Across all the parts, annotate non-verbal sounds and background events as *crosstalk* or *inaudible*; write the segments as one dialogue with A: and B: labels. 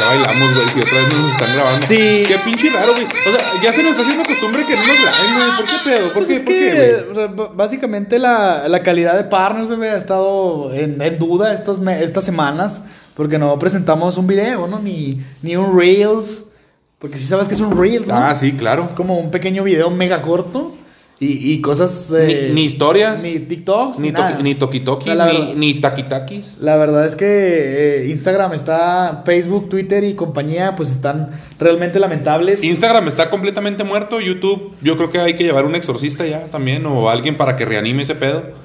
A: bailamos, güey, y otra vez nos están grabando.
B: Sí.
A: Qué pinche raro, güey. O sea, ya se nos está haciendo costumbre que no nos graben, güey. ¿Por qué pedo? ¿Por
B: Pues
A: qué?
B: es
A: ¿Por
B: que,
A: qué, güey?
B: re- b- básicamente la, la calidad de partners, bebé, ha estado en, en duda estas, me- estas semanas. Porque no presentamos un video, ¿no? Ni, ni un Reels. Porque si sabes que es un Reels, ¿no?
A: Ah, sí, claro.
B: Es como un pequeño video mega corto. Y, y cosas. eh,
A: Ni- ni historias.
B: Ni TikToks. Ni,
A: Ni,
B: nada.
A: toqui- ni toquitokis,
B: O sea, la
A: ni,
B: verdad-
A: ni taquitakis.
B: La verdad es que eh, Instagram está. Facebook, Twitter y compañía, pues están realmente lamentables.
A: Instagram está completamente muerto. YouTube, yo creo que hay que llevar un exorcista ya también o alguien para que reanime ese pedo.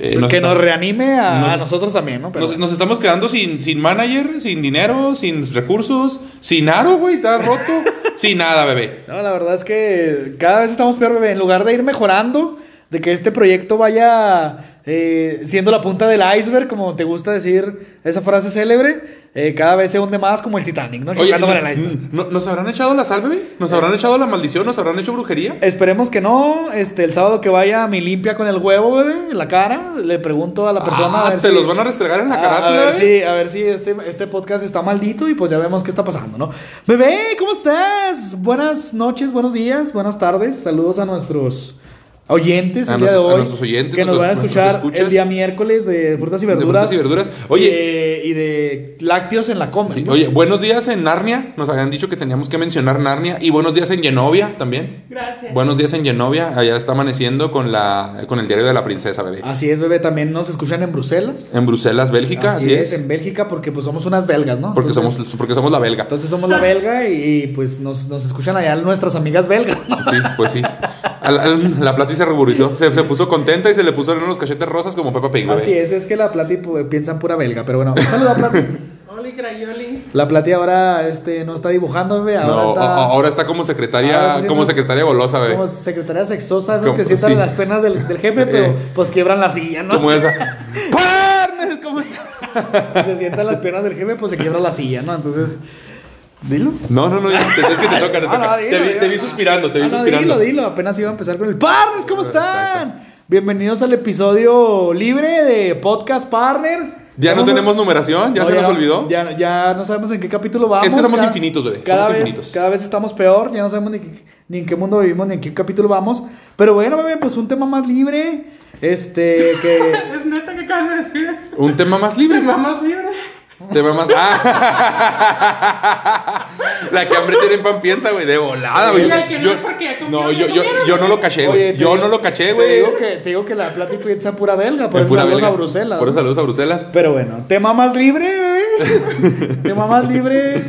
A: Eh,
B: que
A: está-
B: nos reanime a,
A: nos-
B: a nosotros también, ¿no? Pero
A: nos, nos estamos quedando sin, sin manager, sin dinero, sin recursos, sin aro, güey, está
B: *laughs*
A: roto, sin nada, bebé.
B: No, la verdad es que cada vez estamos peor, bebé. En lugar de ir mejorando, de que este proyecto vaya eh, siendo la punta del iceberg, como te gusta decir esa frase célebre, eh, cada vez se hunde más como el Titanic, ¿no?
A: Oye,
B: Chocando
A: ¿no- mm,
B: con el Eh. iceberg.
A: ¿no- ¿nos habrán echado la sal, bebé? ¿Nos habrán echado la maldición? ¿Nos habrán hecho
B: Eh,
A: brujería?
B: Esperemos que no. Este, el sábado que vaya mi limpia con el huevo, bebé, en la cara, le pregunto a la persona.
A: Ah,
B: a ver
A: se
B: si-
A: los van a restregar en la
B: a-
A: cara.
B: Ah, a, ver si, a ver si este, este podcast está maldito y pues ya vemos qué está pasando, ¿no? Bebé, ¿cómo estás? Buenas noches, buenos días, buenas tardes. Saludos a nuestros oyentes
A: A
B: el día
A: nuestros-
B: de
A: a
B: hoy.
A: nuestros oyentes,
B: que
A: nuestros-
B: nos van a
A: nuestros
B: escuchar
A: escuchas.
B: el día miércoles de frutas y
A: De
B: verduras.
A: frutas y verduras.
B: Y
A: Oye.
B: de, y de lácteos en la coma.
A: Sí,
B: ¿no?
A: oye, buenos días en Narnia. Nos habían dicho que teníamos que mencionar Narnia. Y buenos días en Genovia también.
C: Gracias.
A: Buenos días en Genovia. Allá está amaneciendo con, la, con el diario de la princesa, bebé.
B: Así es, bebé, también nos escuchan en Bruselas.
A: En Bruselas, Bélgica, así, es.
B: en Bélgica porque pues somos unas belgas, ¿no?
A: Porque,
B: Entonces-
A: somos, porque somos la belga.
B: Entonces somos la belga y, y, pues nos, nos escuchan allá nuestras amigas belgas, ¿no?
A: Sí, pues sí. A La, la Plati se ruborizó. Se, se puso contenta y se le pusieron unos cachetes rosas como Peppa Pig, bebé.
B: Así es, es que la Plati pues, piensa en pura belga, pero bueno, un saludo a Plati.
C: *laughs* Oli Crayoli.
B: La Plati ahora este, no está dibujando, bebé,
A: No, oh,
B: ahora está...
A: como
B: ahora
A: secretaria,
B: está
A: como
B: haciendo-
A: secretaria golosa, bebé.
B: Como secretaria sexosa, esas
A: Como-
B: que sientan
A: sí.
B: las penas del, del jefe, pero
A: Eh.
B: pues quiebran la silla, ¿no? *laughs*
A: Como esa. ¡Partners! ¿Cómo está?
B: Se sientan las penas del jefe, pues se quiebra la silla, ¿no? Entonces, dilo.
A: No, no, no, ya, te- es que te toca, te
B: Ah, No,
A: toca.
B: no, dilo,
A: te, vi,
B: dilo,
A: te vi
B: no.
A: suspirando, te vi
B: Ah, no,
A: suspirando.
B: dilo, dilo, apenas iba a empezar con el Partners, ¿cómo
A: Está, está.
B: están? Bienvenidos al episodio libre de Podcast Partner.
A: Ya no
B: vamos-
A: tenemos numeración, ¿Ah? ya
B: No,
A: se nos
B: no-
A: olvidó.
B: Ya, ya no sabemos en qué capítulo vamos.
A: Es que somos infinitos, bebé,
B: Cada
A: somos
B: vez,
A: infinitos.
B: cada vez estamos peor, ya no sabemos ni, qué- ni en qué mundo vivimos, ni en qué capítulo vamos. Pero bueno, bebé, pues un tema más libre. Este,
A: *laughs*
B: que.
C: Es neta que acabas de decir eso.
A: Un tema más libre.
C: Te mamas libre.
A: Tema más. Ah. *laughs* La que hambre tiene pan piensa, güey, de volada, güey.
C: Y al que no es porque ya
A: no,
C: comieron,
A: yo,
C: ya
A: yo,
C: comieron,
A: yo no
C: güey.
A: lo caché,
B: Oye,
A: güey.
B: te
A: Yo
B: digo-
A: no lo caché,
B: te
A: güey.
B: digo que- Te digo que la plática piensa pura belga, por
A: Es
B: eso
A: pura
B: saludos
A: belga.
B: a Bruselas.
A: Por eso
B: ¿no?
A: saludos a Bruselas.
B: Pero bueno, ¿tema más libre,
A: *laughs*
B: bebé? ¿Tema más libre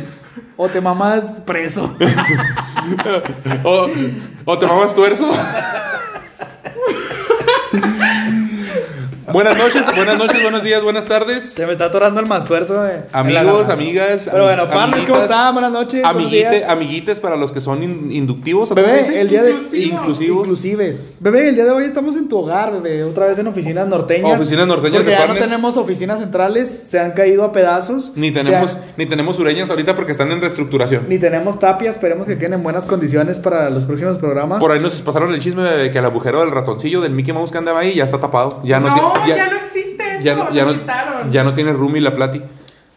B: o tema más
A: *laughs*
B: preso?
A: O, o te mamas tuerzo. buenas noches, buenas noches, buenos días, buenas tardes.
B: Se me está atorando el más tuerzo, eh, en la
A: Amigos,
B: garganta.
A: amigas.
B: Pero
A: ami-
B: bueno, partners, ¿cómo
A: amiguitas,
B: están? Buenas noches. buenos
A: Amiguite,
B: días.
A: amiguites para los que son in- inductivos. ¿o cómo se
B: Bebé,
A: dice?
B: el día de.
C: Inclusivos.
A: Inclusivos.
B: Inclusives. Bebé, el día de hoy estamos en tu hogar, bebé. Otra vez en oficinas norteñas.
A: Oficinas norteñas
B: Porque
A: de
B: ya no
A: partners.
B: tenemos oficinas centrales. Se han caído a pedazos.
A: Ni
B: se han-
A: tenemos, ni tenemos sureñas ahorita porque están en reestructuración.
B: ni tenemos tapia. Esperemos que queden en buenas condiciones para los próximos programas.
A: Por ahí nos pasaron el chisme de que el agujero del ratoncillo del Mickey Mouse que andaba ahí ya está tapado. Ya no,
C: no,
A: ti-
C: ya, no existe eso.
A: ya no- ya
C: lo
A: no-
C: quitaron.
A: ya no tiene Rumi la plati.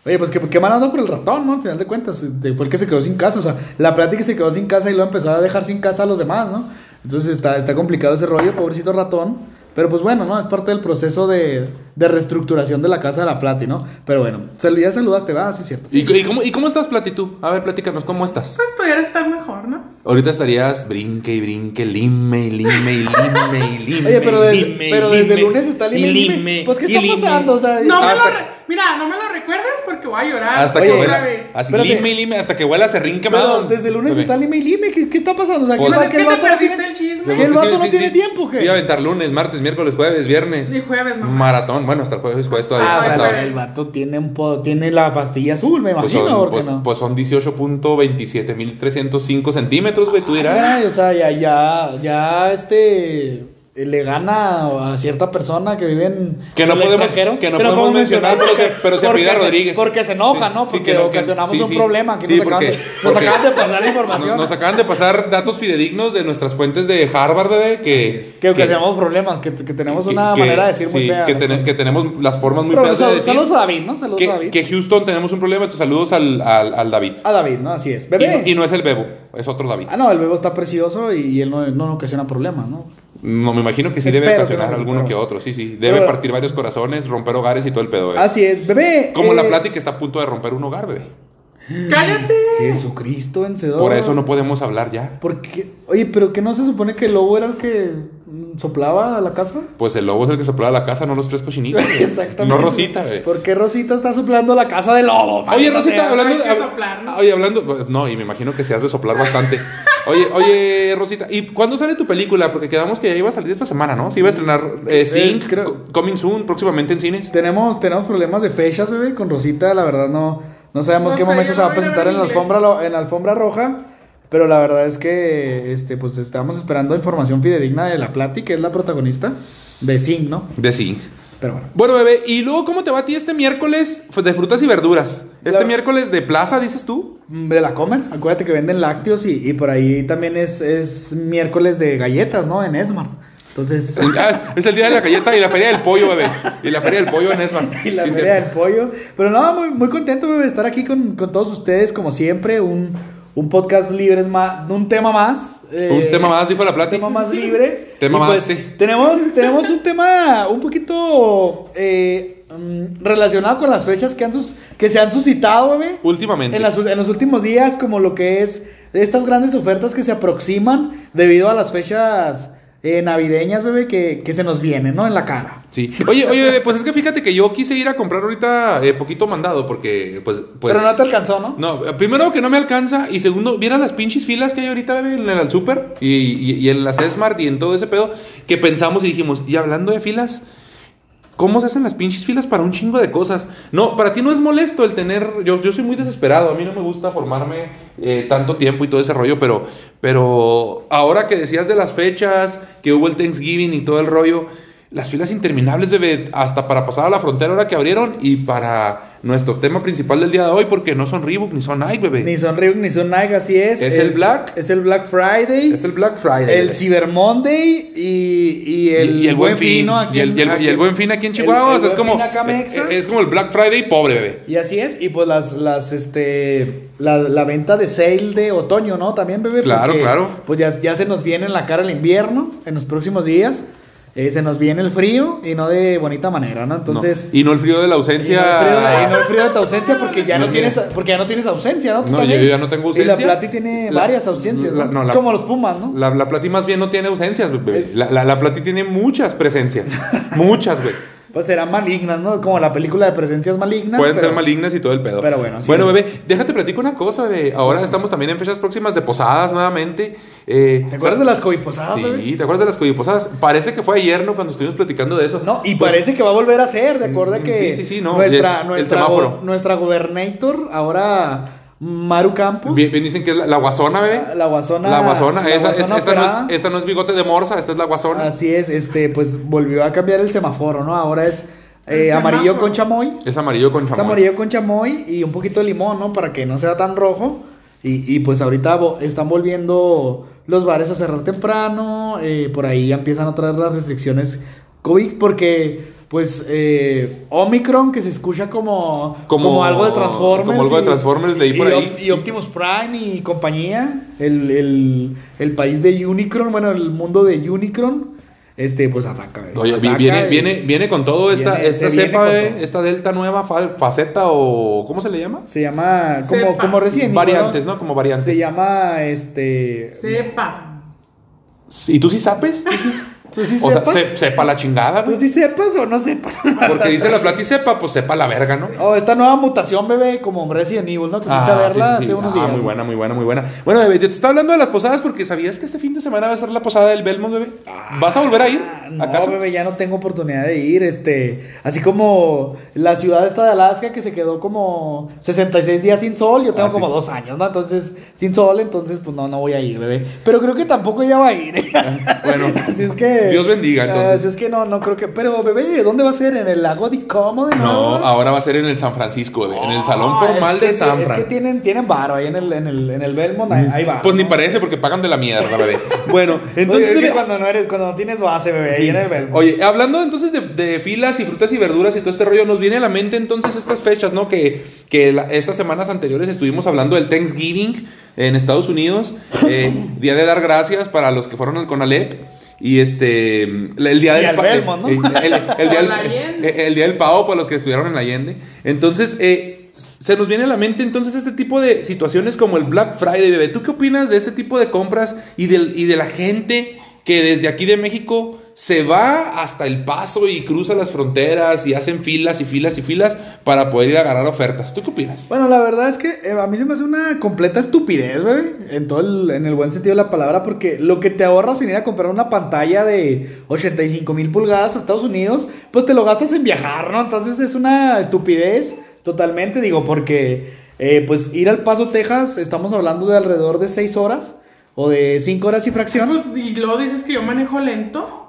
B: Oye, pues que, que mal andó por el ratón, ¿no? Al final de cuentas, de- fue el que se quedó sin casa. O sea, la plática se quedó sin casa y lo empezó a dejar sin casa a los demás, ¿no? Entonces está, está complicado ese rollo, pobrecito ratón. Pero pues bueno, ¿no? Es parte del proceso de, de reestructuración de la casa de la Plati, ¿no? Pero bueno, sal- ya saludaste, va, sí, es cierto.
A: ¿Y, y cómo, ¿Y cómo estás, Plati, tú? A ver, platícanos, ¿cómo estás?
C: Pues pudiera estar mejor, ¿no?
A: Ahorita estarías brinque y brinque, lime y lime y lime y lime.
B: *laughs* Oye, pero,
A: y
B: desde,
A: lime, y
B: pero desde
A: lime,
B: el lunes está
A: y
B: lime, lime. Pues, ¿qué
A: y
B: está
A: lime.
B: pasando? O sea,
C: No me lo
A: hasta-
C: re- Mira, no me lo recuerdes porque voy a llorar.
A: Hasta
B: Oye,
A: que
C: otra
A: huela.
C: vez.
A: Así,
B: Espérate.
A: lime y lime, hasta que huela serrín
B: pero
A: quemado.
B: desde el lunes
A: Bebé.
B: está lime y lime. ¿Qué, qué está pasando? O sea, ¿qué
A: Pues,
B: pasa?
C: Pues es
B: ¿Que el
C: que te
B: vato no
C: perdiste
B: tiene-
C: el chisme.
B: ¿Qué, el
A: Sí,
B: vato
A: sí,
B: no
A: sí,
B: tiene
A: sí.
B: tiempo, qué?
A: Sí, aventar lunes, martes, miércoles, jueves, viernes.
C: Sí, jueves, no.
A: Maratón, bueno, hasta el jueves, jueves todavía.
B: Ah, o sea,
A: hasta-
C: Hasta-
B: el vato tiene, un po- tiene la pastilla azul, me
A: Pues
B: imagino,
A: son,
B: ¿por qué
A: pues,
B: no?
A: pues son
B: Ah,
A: 18.27.305 centímetros, güey, tú dirás.
B: Ay, o sea, ya, ya, ya, este. eh, le gana a cierta persona que vive en
A: Que no
B: el
A: podemos-
B: extranjero,
A: que no podemos mencionar, pero se- pero se
B: porque
A: pide a
B: se-
A: Rodríguez.
B: porque se enoja, ¿no?
A: Sí, sí,
B: Porque
A: que no, que-
B: ocasionamos
A: sí,
B: un
A: sí.
B: problema que
A: Sí,
B: nos, acaban, de,
A: porque-
B: nos
A: porque-
B: acaban de pasar la
A: Nos,
B: información
A: nos acaban de pasar datos fidedignos de nuestras fuentes de Harvard, bebé, que...
B: que ocasionamos problemas, que, que tenemos una
A: que-
B: manera de decir muy
A: sí,
B: fea.
A: Que,
B: las
A: tenemos-
B: cosas.
A: que tenemos las formas muy
B: Pero
A: feas de
B: sal-
A: decir.
B: saludos a David, ¿no? Saludos a
A: que,
B: David.
A: que Houston tenemos un problema. Entonces, saludos al, al, al David.
B: A David, ¿no? Así es.
A: Y
B: Bebé.
A: no, y no es el Bebo, es otro David.
B: Ah, no, el bebé está precioso y, y él no, no ocasiona problemas, ¿no?
A: No, me imagino que sí debe
B: Espero que
A: ocasionar
B: no,
A: alguno
B: espero.
A: que otro, sí, sí. Debe
B: Pero-
A: partir varios corazones, romper hogares y todo el pedo. eh.
B: Así es, bebé.
A: Como la
B: eh,
A: plática está a punto de romper un hogar, bebé.
C: ¡Cállate!
B: Jesucristo vencedor.
A: Por eso no podemos hablar ya.
B: Porque, oye, pero que no se supone que el lobo era el que mm, soplaba a la casa.
A: Pues el lobo es el que soplaba la casa, no los tres
B: *laughs*
A: cochinitos. bebé.
B: Exactamente.
A: No Rosita, bebé.
B: ¿Por qué Rosita está soplando la casa del lobo?
A: Oye,
B: maldita sea?
A: Rosita, hablando
C: hay que
A: hab-
C: soplar, ¿no?
A: Oye, hablando. pues, No, y me imagino que se has de soplar bastante. Oye, oye, Rosita, ¿y cuándo sale tu película? Porque quedamos que ya iba a salir esta semana, ¿no? Se iba a estrenar eh, Sync,
B: creo-
A: co- Coming Soon, próximamente en cines.
B: Tenemos, tenemos problemas de fechas, bebé, con Rosita, la verdad no, no sabemos
C: No
B: qué
C: sé,
B: momento
C: yo
B: se va a
C: no voy a
B: presentar
C: ver
B: en la
C: inglés.
B: alfombra lo- en la alfombra roja, pero la verdad es que este pues estamos esperando información fidedigna de la Plati, que es la protagonista de Sing, ¿no?
A: De Sync.
B: Pero bueno.
A: Bueno, bebé, ¿y luego cómo te va a ti este miércoles f- de frutas y verduras? Este
B: La-
A: miércoles de plaza, dices tú.
B: Mm, De la comen, acuérdate que venden lácteos y, y por ahí también es, es miércoles de galletas, ¿no? En Esmar. Entonces,
A: Ah, es, es el día de la galleta y la feria del pollo, bebé. Y la feria del pollo en Esma.
B: *laughs* y la
A: Sí, cierto.
B: feria del pollo. Pero no, muy, muy contento bebé, de estar aquí con, con todos ustedes, como siempre, un, un podcast libre, es más, un tema más. eh,
A: Un tema más, dijo la
B: un
A: plata.
B: tema más libre.
A: Tema
B: Y
A: más,
B: pues,
A: sí. *laughs*
B: Tenemos, tenemos un tema un poquito eh, mm, relacionado con las fechas que, han sus, que se han suscitado, bebé.
A: Últimamente.
B: En, las ul- en los últimos días, como lo que es estas grandes ofertas que se aproximan debido a las fechas eh, navideñas, bebé, que, que se nos vienen, ¿no? En la cara.
A: Sí. Oye, oye, bebé, pues es que fíjate que yo quise ir a comprar ahorita eh, poquito mandado porque, pues, pues.
B: Pero no te alcanzó, ¿no?
A: No, eh, primero que no me alcanza y segundo, vieras las pinches filas que hay ahorita bebé, en el super y, y- y en las Smart y en todo ese pedo que pensamos y dijimos, y hablando de filas, ¿cómo se hacen las pinches filas para un chingo de cosas? No, para ti no es molesto el tener, yo, yo soy muy desesperado, a mí no me gusta formarme eh, tanto tiempo y todo ese rollo, pero, pero ahora que decías de las fechas, que hubo el Thanksgiving y todo el rollo. Las filas interminables, bebé, hasta para pasar a la frontera ahora que abrieron y para nuestro tema principal del día de hoy, porque no son Reebok ni son Nike, bebé.
B: Ni son Reebok, ni son Nike, así es.
A: ¿Es el Black?
B: Es el Black Friday.
A: Es el Black Friday.
B: el
A: bebé.
B: Cyber Monday y, y el,
A: Y- y el buen fin.
B: ¿no? Aquí
A: y, el,
B: en-
A: y el- y el
B: aquí-
A: buen fin aquí en
B: el-
A: Chihuahua.
B: el
A: o sea, es
B: buen
A: como.
B: fin acá,
A: Es,
B: Mexa.
A: es como el Black Friday pobre, bebé.
B: Y así es, y pues las, las, este, la, la venta de sale de otoño, ¿no? También, bebé.
A: Claro,
B: porque,
A: claro.
B: Pues ya, ya se nos viene en la cara el invierno, en los próximos días, eh, se nos viene el frío y no de bonita manera, ¿no? Entonces...
A: No. Y no el frío de la
B: y no el frío de- y no
A: ausencia.
B: el frío de tu ausencia porque ya no,
A: No, mira.
B: tienes porque ya no tienes ausencia, ¿no? Tú
A: No,
B: también.
A: yo ya no tengo ausencia.
B: Y la Plati tiene
A: La-
B: varias ausencias,
A: la-
B: ¿no?
A: no,
B: Es
A: la-
B: como los Pumas, ¿no? Eh.
A: La, la Plati más bien no tiene ausencias, bebé. La, la, la Plati tiene muchas
B: *laughs*
A: presencias. muchas, güey.
B: Pues serán malignas, ¿no? Como la película de presencias malignas.
A: Pueden
B: pero-
A: ser malignas y todo el pedo.
B: pero bueno, sí.
A: Bueno, bebé, déjate platico una cosa. De, ahora estamos también en fechas próximas de posadas nuevamente. Eh,
B: ¿Te acuerdas
A: o sea,
B: de las coiposadas, bebé?
A: Sí, ¿te acuerdas de las coyiposadas? Parece que fue ayer, ¿no? Cuando estuvimos platicando de eso.
B: No, y
A: Pues,
B: parece que va a volver a ser, de acuerdo a
A: Mm,
B: que
A: sí, sí, sí, no,
B: nuestra,
A: es el
B: nuestra,
A: semáforo.
B: go- nuestra gobernator, ahora Maru Campos,
A: Bien, bien dicen que es la, la guasona, bebé.
B: la guasona.
A: La guasona,
B: la
A: esa-
B: guasona
A: esta, no
B: operada.
A: es, esta no es bigote de morsa, esta es la guasona.
B: Así es, este, pues volvió a cambiar el semáforo, ¿no? Ahora es eh,
C: El
B: amarillo
C: semáforo.
B: con chamoy.
A: Es amarillo con
B: Es
A: chamoy.
B: amarillo con chamoy y un poquito de limón, ¿no? Para que no sea tan rojo. Y, y, pues ahorita vo- están volviendo los bares a cerrar temprano. eh, por ahí ya empiezan a traer las restricciones COVID porque, pues, eh, Omicron, que se escucha como, como,
A: Como-
B: algo de Transformers.
A: como algo de Transformers, leí por
B: y
A: ahí.
B: Op- Y Optimus Prime y compañía. El, el- el país de Unicron, bueno, el mundo de Unicron. Este, pues ataca. eh,
A: Oye, vi-
B: ataca
A: viene,
B: y-
A: viene, viene con todo esta,
B: viene-
A: esta
B: se viene
A: cepa,
B: con
A: bebé,
B: todo.
A: esta delta nueva, fa- faceta o. ¿Cómo se le llama?
B: Se llama como,
C: Cepa.
B: como recién.
A: Variantes, ¿no? Como variantes.
B: Se llama este.
C: Sepa.
A: ¿Y tú sí sabes?
B: ¿Tú sí
A: o sea,
B: sepas?
A: se- sepa la chingada,
B: ¿Tú
A: güey.
B: sí sepas o no sepas?
A: *laughs* Porque dice la plata y sepa, pues sepa la verga, ¿no?
B: *laughs* Oh, esta nueva mutación, bebé, como Resident Evil, ¿no? Que fuiste a verla
A: sí, sí, sí.
B: hace unos
A: Ah,
B: días.
A: muy buena, muy buena, muy buena. Bueno, bebé, yo te estaba hablando de las posadas porque sabías que este fin de semana va a ser la posada del Belmont, bebé. ¿Vas a volver a ir?
B: Ah, no,
A: ¿Acaso?
B: bebé, ya no tengo oportunidad de ir, este, así como la ciudad esta de Alaska que se quedó como 66 días sin sol, yo tengo
A: Ah, sí.
B: como dos años, ¿no? Entonces, sin sol, entonces, pues no, no voy a ir, bebé. Pero creo que tampoco ella va
A: *laughs*
B: a ir.
A: Bueno,
B: *laughs* así es que... ah,
A: Dios bendiga, entonces.
B: Así es que no, no creo que... Pero, bebé, ¿dónde va a ser? ¿En el lago de Como?
A: No, ahora va a ser en el San Francisco, de- en el salón formal de San
B: Ah. Es que
A: Fran.
B: tienen, tienen varo ahí en el, en el, en el Belmont, ahí, ahí va.
A: Pues ni
B: ¿no?
A: parece porque pagan de la mierda,
B: *laughs*
A: bebé. Bueno,
B: Entonces,
A: entonces... debe- Ah,
B: cuando no eres, cuando no tienes base, bebé, ahí en el Belmont.
A: Oye, hablando entonces de, de filas y frutas y verduras y todo este rollo, nos viene a la mente entonces estas fechas, ¿no? Que, que la- estas semanas anteriores estuvimos hablando del Thanksgiving en Estados Unidos,
B: *laughs*
A: eh, día de dar gracias para los que fueron al CONALEP. Y este, el día
B: Y
A: del
B: al
A: pa-
B: Belmont, ¿no?
A: eh, el- el día del-
C: Por la Allende.
A: el día del pavo para los que estuvieron en la Allende. Entonces, eh, se nos viene a la mente entonces este tipo de situaciones como el Black Friday, bebé. ¿Tú qué opinas de este tipo de compras y del- y de la gente que desde aquí de México se va hasta El Paso y cruza las fronteras y hacen filas y filas y filas para poder ir a agarrar ofertas? ¿Tú qué opinas?
B: Bueno, la verdad es que eh, a mí se me hace una completa estupidez, güey. En todo el, en el buen sentido de la palabra, porque lo que te ahorras en ir a comprar una pantalla de 85 mil pulgadas a Estados Unidos, pues te lo gastas en viajar, ¿no? Entonces es una estupidez totalmente, digo, porque eh, pues ir al Paso, Texas, estamos hablando de alrededor de 6 horas o de 5 horas y fracción.
C: Pues, y luego dices que yo manejo lento.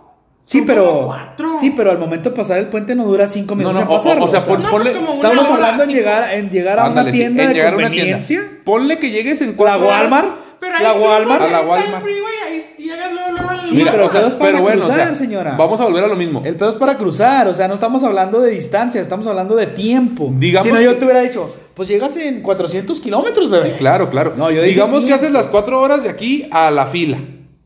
B: Sí,
C: Son como
B: pero.
C: cuatro.
B: Sí, pero al momento de pasar el puente no dura cinco
A: No,
B: minutos.
A: no,
B: en
A: o- o-
B: pasarlo,
A: o sea, por-
C: No,
A: ponle-
C: pues, como una
B: estamos
C: hora,
B: hablando en
C: tipo,
B: llegar, en llegar a
A: Ándale,
B: una
A: sí,
B: tienda
A: en
B: de
A: llegar a una tienda.
B: conveniencia.
A: Ponle que llegues en
B: La
A: cuatro horas.
B: Walmart.
C: Pero ahí
B: la
C: tú
B: Walmart.
A: A la
C: cruzas el
A: Walmart.
C: freeway, ahí llegas luego, luego al-
B: Sí,
A: Mira,
B: pero
A: o sea,
B: el pedo es para
A: pero bueno, o sea,
B: cruzar, señora.
A: vamos a volver a lo mismo.
B: El pedo es para cruzar, o sea, no estamos hablando de distancia, estamos hablando de tiempo.
A: Digamos
B: si no,
A: que-
B: yo te hubiera dicho, pues llegas en 400 kilómetros, bebé.
A: Claro, claro.
B: No, yo dije
A: Digamos que
B: tiempo.
A: haces las cuatro horas de aquí a la fila.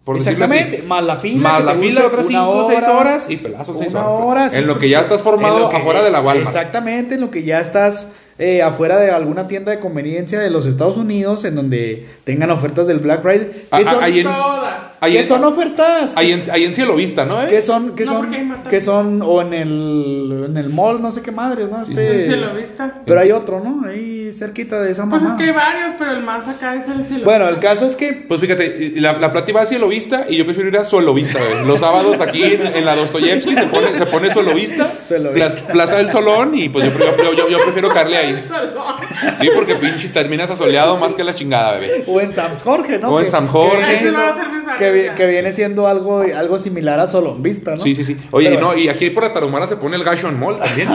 A: por decirlo así.
B: Exactamente, más la fila. que
A: Más la
B: te
A: fila,
B: guste,
A: otras
B: una
A: 5 o 6
B: hora.
A: horas y pelazos 6
B: Una
A: horas.
B: hora, sí,
A: en lo que
B: porque-
A: ya estás
B: en lo
A: formado
B: que-
A: afuera de la Walmart.
B: Exactamente, en lo que ya estás eh, afuera de alguna tienda de conveniencia de los Estados Unidos, en donde tengan ofertas del Black Friday.
A: Ah,
B: Que
A: ah,
B: son,
A: ahí en,
C: Todas.
A: ahí
B: que
A: en-
B: son ofertas.
A: ahí en- ahí en Cielo Vista, ¿no? eh?
B: Que son, que
C: No,
B: son,
C: porque hay matas.
B: que son, o en el, en el mall, no sé qué madre, ¿no?
A: Sí,
B: Este-
C: El cielo vista.
B: Pero hay otro, ¿no? Ahí cerquita de esa
C: Pues es
B: mamá.
C: que hay varios, pero el más acá es el cielo.
B: Bueno, el caso es que
A: Pues fíjate, y- y la, la plata iba a Cielo Vista y yo prefiero ir a Suelo Vista. bebé. Los sábados aquí en, en la Dostoyevsky se pone, se pone Suelo Vista,
B: Suelo
A: plas- Plaza del Solón y pues yo, pre- yo- yo- yo prefiero caerle
C: *laughs* El
A: ahí.
C: salón.
A: Sí, porque pinche terminas asoleado más que la chingada, bebé.
B: O en Sam's Jorge, ¿no?
A: O en
B: Que-
A: Sam's Jorge.
B: Que viene,
C: Ahí sí
B: siendo,
C: van a hacer mis barrios,
B: que vi-
C: ya.
B: que viene siendo algo, algo similar a Solombista, ¿no?
A: Sí, sí, sí. Oye,
B: Pero
A: no,
B: *laughs*
A: y aquí por la Tarumara se pone el Gashon Mall también.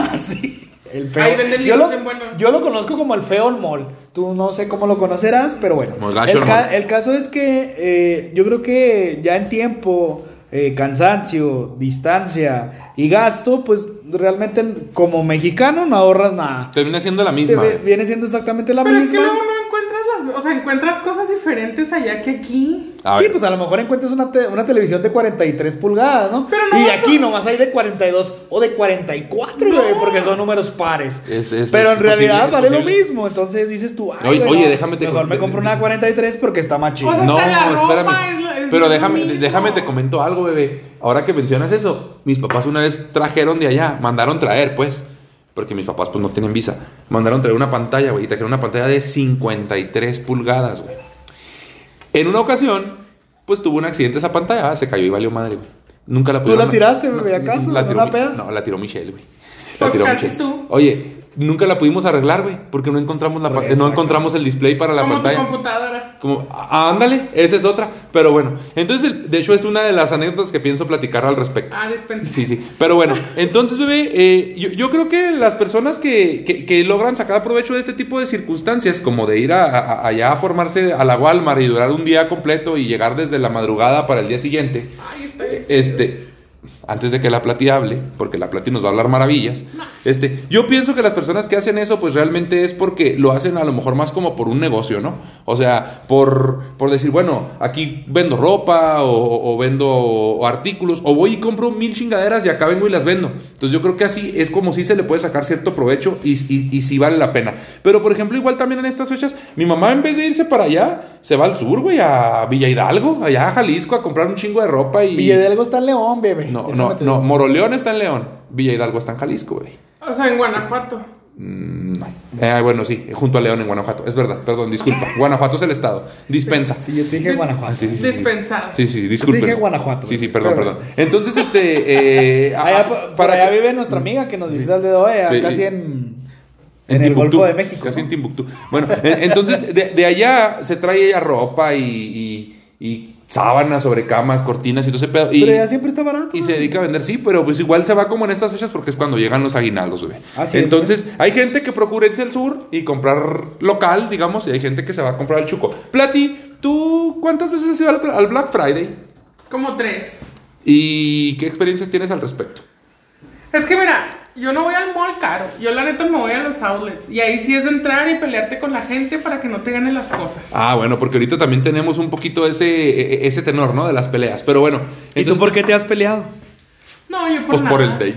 B: El feo.
C: Ahí venden
B: yo,
C: libros
B: lo,
C: en buenos.
B: yo lo conozco como el Feon Mall. Tú no sé cómo lo conocerás, pero bueno.
A: Como el Gacho
B: El, ca-
A: Mall.
B: el caso es que eh, yo creo que ya en tiempo, eh, cansancio, distancia y gasto, pues realmente como mexicano no ahorras nada.
A: Termina siendo la misma.
B: Viene-
A: bebé.
B: Viene siendo exactamente la
C: Pero es que
B: misma.
C: luego no encuentras las. O sea, encuentras cosas diferentes allá que aquí.
A: A
B: sí,
A: ver.
B: pues a lo mejor encuentras una, te- una televisión de 43 pulgadas, ¿no?
C: Pero no,
B: y aquí
C: no.
B: nomás hay de 42 o de 44, güey,
C: No.
B: porque son números pares.
A: Es- es-
B: Pero
A: es
B: en realidad
A: posible, es
B: vale lo
A: posible.
B: mismo, entonces dices tú, ay,
A: Oye,
B: güey,
A: oye,
B: no,
A: déjame te
B: mejor
A: con-
B: me compro una 43 porque está más
C: O
B: chida.
C: sea,
A: No,
C: Hasta la ropa
A: espérame.
C: es lo- es
A: Pero
C: lo
A: déjame,
C: mismo.
A: déjame te comento algo, bebé. Ahora que mencionas eso, mis papás una vez trajeron de allá, mandaron traer, pues. Porque mis papás, pues, no tienen visa. Mandaron traer una pantalla, güey. Y trajeron una pantalla de 53 pulgadas, güey. En una ocasión, pues, tuvo un accidente esa pantalla. ah, Se cayó y valió madre, güey. Nunca la
B: ¿Tú
A: pudieron...
B: la tiraste, bebé,
A: no,
B: acaso?
A: La
B: ¿En
A: tiró
B: una
A: Mi-
B: peda?
A: No, la tiró Michelle, güey. La
C: Pues
A: tiró
C: casi
A: Michelle.
C: tú.
A: Oye, nunca la pudimos arreglar, güey. Porque no encontramos, la pa- no
B: Exacto.
A: encontramos el display para la
C: como
A: pantalla.
C: tu computadora.
A: Como, ah, ándale, esa es otra. Pero bueno, entonces, el- de hecho, es una de las anécdotas que pienso platicar al respecto.
C: Ah, dispensa.
A: Sí, sí. Pero bueno, entonces, bebé, eh, yo, yo creo que las personas que, que- que logran sacar provecho de este tipo de circunstancias, como de ir a, a- allá a formarse a la Walmart y durar un día completo y llegar desde la madrugada para el día siguiente,
C: Ay, está bien.
A: este, antes de que la Plati hable, porque la Plati nos va a hablar maravillas, este, yo pienso que las personas que hacen eso, pues realmente es porque lo hacen a lo mejor más como por un negocio, ¿no? O sea, por, por decir, bueno, aquí vendo ropa o, o- o vendo artículos, o voy y compro mil chingaderas y acá vengo y las vendo. Entonces yo creo que así es como si se le puede sacar cierto provecho y, y, y sí vale la pena. Pero por ejemplo, igual también en estas fechas, mi mamá en vez de irse para allá, se va al sur, güey, a Villa Hidalgo, allá a Jalisco a comprar un chingo de ropa y...
B: Villa de algo está en León, bebé.
A: No,
B: Déjame
A: no,
B: te
A: no.
B: digo.
A: Moroleón está en León. Villa Hidalgo está en Jalisco, güey.
C: O sea, en Guanajuato.
A: Mm, No. Eh, bueno, sí, junto a León en Guanajuato. Es verdad, perdón,
B: *laughs*
A: disculpa. Guanajuato es el estado. Dispensa.
B: Sí, yo te dije
C: Dis-
B: Guanajuato.
A: Sí, sí, sí.
C: Dispensado.
A: Sí, sí, disculpen.
B: Yo dije Guanajuato.
A: Sí, sí, perdón,
B: Pero-
A: perdón. Entonces, este. eh,
B: *laughs* Allá,
A: ah,
B: por- por allá
A: que-
B: vive nuestra amiga que nos visita el dedo, eh,
A: Sí,
B: casi
A: y-
B: en, en, el
A: Timbuktu,
B: Golfo de México.
A: Casi
B: ¿no?
A: en Timbuktu. Bueno, en- entonces de, de allá se trae ella ropa y, y- y sábanas sobre camas, cortinas y todo ese pedo. Y,
B: Pero ya siempre está barato.
A: y se
B: güey.
A: dedica a vender, sí, pero pues igual se va como en estas fechas porque es cuando llegan los aguinaldos, güey.
B: Así es,
A: Entonces, hay gente que procura irse al sur y comprar local, digamos, y hay gente que se va a comprar al chuco. Plati, ¿tú cuántas veces has ido al, al Black Friday?
C: Como tres.
A: ¿Y qué experiencias tienes al respecto?
C: Es que mira, yo no voy al mall caro. Yo la neta me voy a los outlets. Y ahí sí es de entrar y pelearte con la gente para que no te ganen las cosas.
A: Ah, bueno, porque ahorita también tenemos un poquito ese, e- e- ese tenor, ¿no? De las peleas. Pero bueno.
B: ¿Y
A: entonces-
B: tú por qué te has peleado?
C: No, yo por
A: Pues por el
C: nada.
A: take.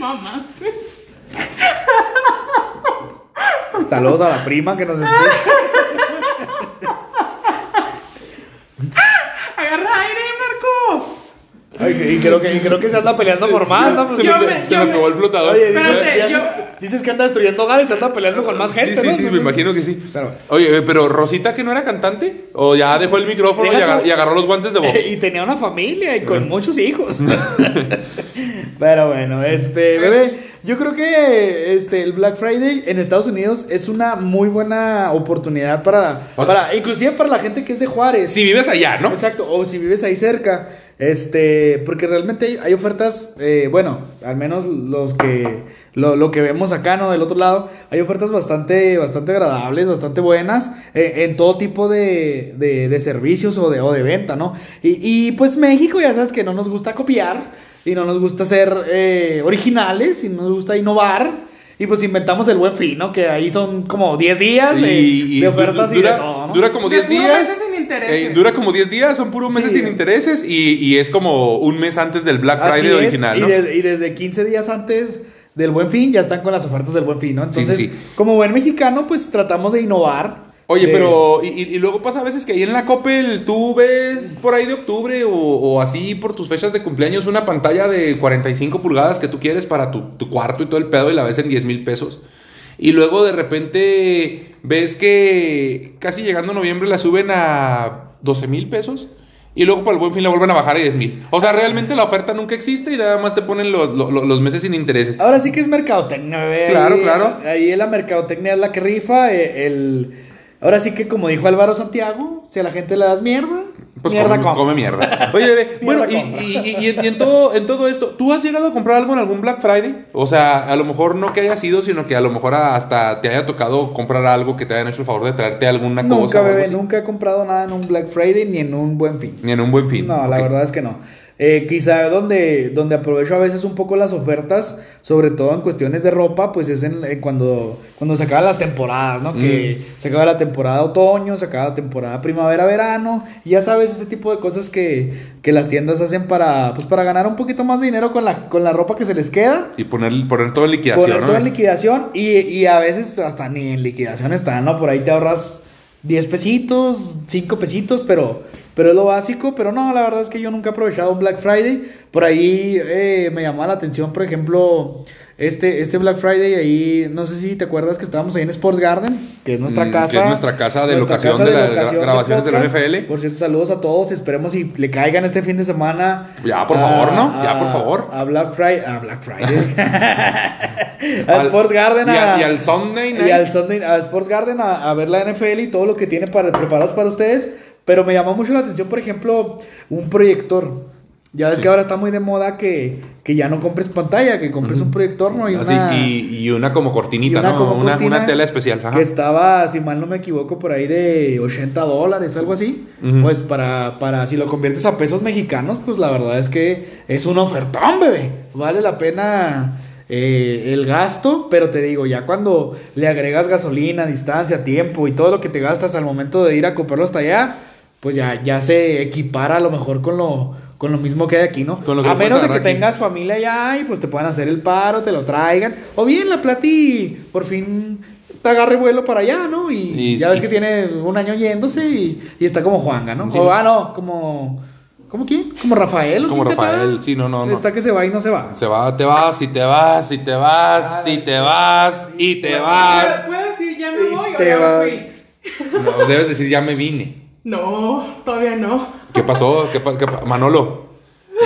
C: Mamá.
B: Saludos a la prima que nos escucha.
C: Agarra aire, Marco.
B: Ay, y, creo que, y creo que se anda peleando por más, ¿no?
A: *laughs*
B: Pues,
A: se,
C: yo
A: me,
C: me-
A: se
C: yo
A: me
C: me-
A: acabó el flotador.
B: Oye,
C: Espérate,
B: dices, ya-
C: yo-
B: dices que anda destruyendo hogares y se anda peleando con más gente,
A: sí, sí,
B: ¿no?
A: sí, me imagino que sí.
B: Pero-
A: Oye, eh, pero Rosita, que no era cantante, o ya dejó el micrófono y,
B: Deja
A: agar-
B: tú.
A: y agarró los guantes
B: *laughs*
A: de box.
B: y tenía una familia y con
A: *laughs*
B: muchos hijos. *laughs* Pero bueno, este, bebé, yo creo que este el Black Friday en Estados Unidos es una muy buena oportunidad para, para inclusive para la gente que es de Juárez.
A: Si vives allá, ¿no?
B: Exacto, o si vives ahí cerca, este, porque realmente hay, hay ofertas, eh, bueno, al menos los que, lo, lo que vemos acá, ¿no? Del otro lado, hay ofertas bastante, bastante agradables, bastante buenas, eh, en todo tipo de, de- de servicios o de, o de venta, ¿no? Y, y, pues México, ya sabes que no nos gusta copiar, y no nos gusta ser eh, originales, y no nos gusta innovar. Y pues inventamos el buen fin, ¿no? Que ahí son como 10 días de,
A: Y- y
B: de ofertas
A: du-
B: y de
A: dura,
B: todo, ¿no?
A: dura como
C: De
A: 10
C: puro
A: días.
C: meses sin intereses.
A: Eh, dura como 10 días, son puro meses
B: Sí.
A: sin intereses y, y es como un mes antes del Black
B: Así
A: Friday
B: es,
A: original,
B: y,
A: ¿no?
B: des- y desde 15 días antes del Buen Fin ya están con las ofertas del Buen Fin, ¿no?
A: Sí, sí,
B: Entonces,
A: sí.
B: como buen mexicano, pues tratamos de innovar.
A: Oye,
B: de-
A: pero. Y, y- y luego pasa a veces que ahí en la Coppel tú ves por ahí de octubre o, o así por tus fechas de cumpleaños una pantalla de 45 pulgadas que tú quieres para tu, tu cuarto y todo el pedo y la ves en 10 mil pesos. Y luego de repente ves que casi llegando a noviembre la suben a 12 mil pesos. Y luego para el buen fin la vuelven a bajar a 10 mil. O sea, realmente la oferta nunca existe y nada más te ponen los, los, los meses sin intereses.
B: Ahora sí que es mercadotecnia, bebé.
A: Claro,
B: Ahí-
A: claro.
B: Ahí la mercadotecnia es la que rifa. eh, El, ahora sí que, como dijo Álvaro Santiago, si a la gente le das mierda,
A: Pues
B: mierda
A: come,
B: come.
A: come mierda. Oye,
B: *laughs*
A: bebé, bueno, y,
B: Mierda
A: y- y- y en, y en todo, en todo esto, ¿tú has llegado a comprar algo en algún Black Friday? O sea, a lo mejor no que haya sido, sino que a lo mejor hasta te haya tocado comprar algo que te hayan hecho el favor de traerte alguna
B: Nunca,
A: cosa. o algo
B: bebé,
A: así.
B: nunca he comprado nada en un Black Friday ni en un Buen Fin.
A: Ni en un buen fin.
B: No, la
A: Ok.
B: verdad es que no. Eh, quizá donde, donde aprovecho a veces un poco las ofertas, sobre todo en cuestiones de ropa, pues es en, en cuando, cuando se acaban las temporadas, ¿no? Que
A: Mm.
B: se acaba la temporada otoño, se acaba la temporada primavera-verano, y ya sabes, ese tipo de cosas que, que las tiendas hacen para, pues, para ganar un poquito más de dinero con la, con la ropa que se les queda.
A: Y poner, poner todo en liquidación,
B: Poner
A: ¿no?
B: todo en liquidación y, y a veces hasta ni en liquidación está, ¿no? Por ahí te ahorras 10 pesitos, 5 pesitos, pero, pero es lo básico. Pero no, la verdad es que yo nunca he aprovechado un Black Friday. Por ahí eh, me llamó la atención, por ejemplo, este, este Black Friday ahí, no sé si te acuerdas que estábamos ahí en Sports Garden, que es nuestra
A: Mm, que
B: casa.
A: es nuestra casa de locación de las gra-
B: locación
A: grabaciones de la
B: podcast.
A: NFL.
B: Por cierto, saludos a todos, esperemos si le caigan este fin de semana.
A: Ya, por
B: a-
A: favor, ¿no? Ya,
B: a-
A: por favor.
B: A Black Friday, a Black Friday.
A: *laughs*
B: a
A: Al-
B: Sports Garden
A: y,
B: a-
A: al- y al Sunday night.
B: y al Sunday- a Sports Garden a, a ver la NFL y todo lo que tiene para, preparados para ustedes. Pero me llamó mucho la atención, por ejemplo, un proyector. Ya ves
A: Sí.
B: que ahora está muy de moda que, que ya no compres pantalla, que compres un proyector, ¿no? Y
A: Así,
B: una-
A: y, y una como cortinita,
B: y una
A: ¿no?
B: como
A: una,
B: cortina
A: una tela especial. ajá.
B: Que estaba, si mal no me equivoco, por ahí de 80 dólares, algo así.
A: Ujú.
B: Pues para, para, si lo conviertes a pesos mexicanos, pues la verdad es que es un ofertón, bebé. Vale la pena eh, el gasto, pero te digo, ya cuando le agregas gasolina, distancia, tiempo y todo lo que te gastas al momento de ir a comprarlo hasta allá, pues ya, ya se equipara a lo mejor con lo... Con lo mismo que hay aquí, ¿no?
A: Con lo que
B: a
A: puedes
B: menos de que
A: agarrar aquí.
B: tengas familia allá y pues te puedan hacer el paro, te lo traigan. O bien la plati por fin te agarre vuelo para allá, ¿no? Y,
A: Y-
B: ya ves
A: y-
B: que tiene un año yéndose y, y está como Juanga, ¿no?
A: Sí.
B: O ah, no, como ¿Cómo quién? Como Rafael. ¿o
A: Como
B: quién te
A: Rafael,
B: tal?
A: sí, no, no, no.
B: Está que se va y no se va.
A: Se va, te vas, y te vas, y te vas, y te vas, y te vas.
C: ¿Puedo decir ya me
B: Y
C: voy o
B: te
C: ya
B: vas.
C: me fui?
A: No, debes decir, ya me vine.
C: No, todavía no.
A: ¿Qué pasó? ¿Qué pa- qué pa- Manolo.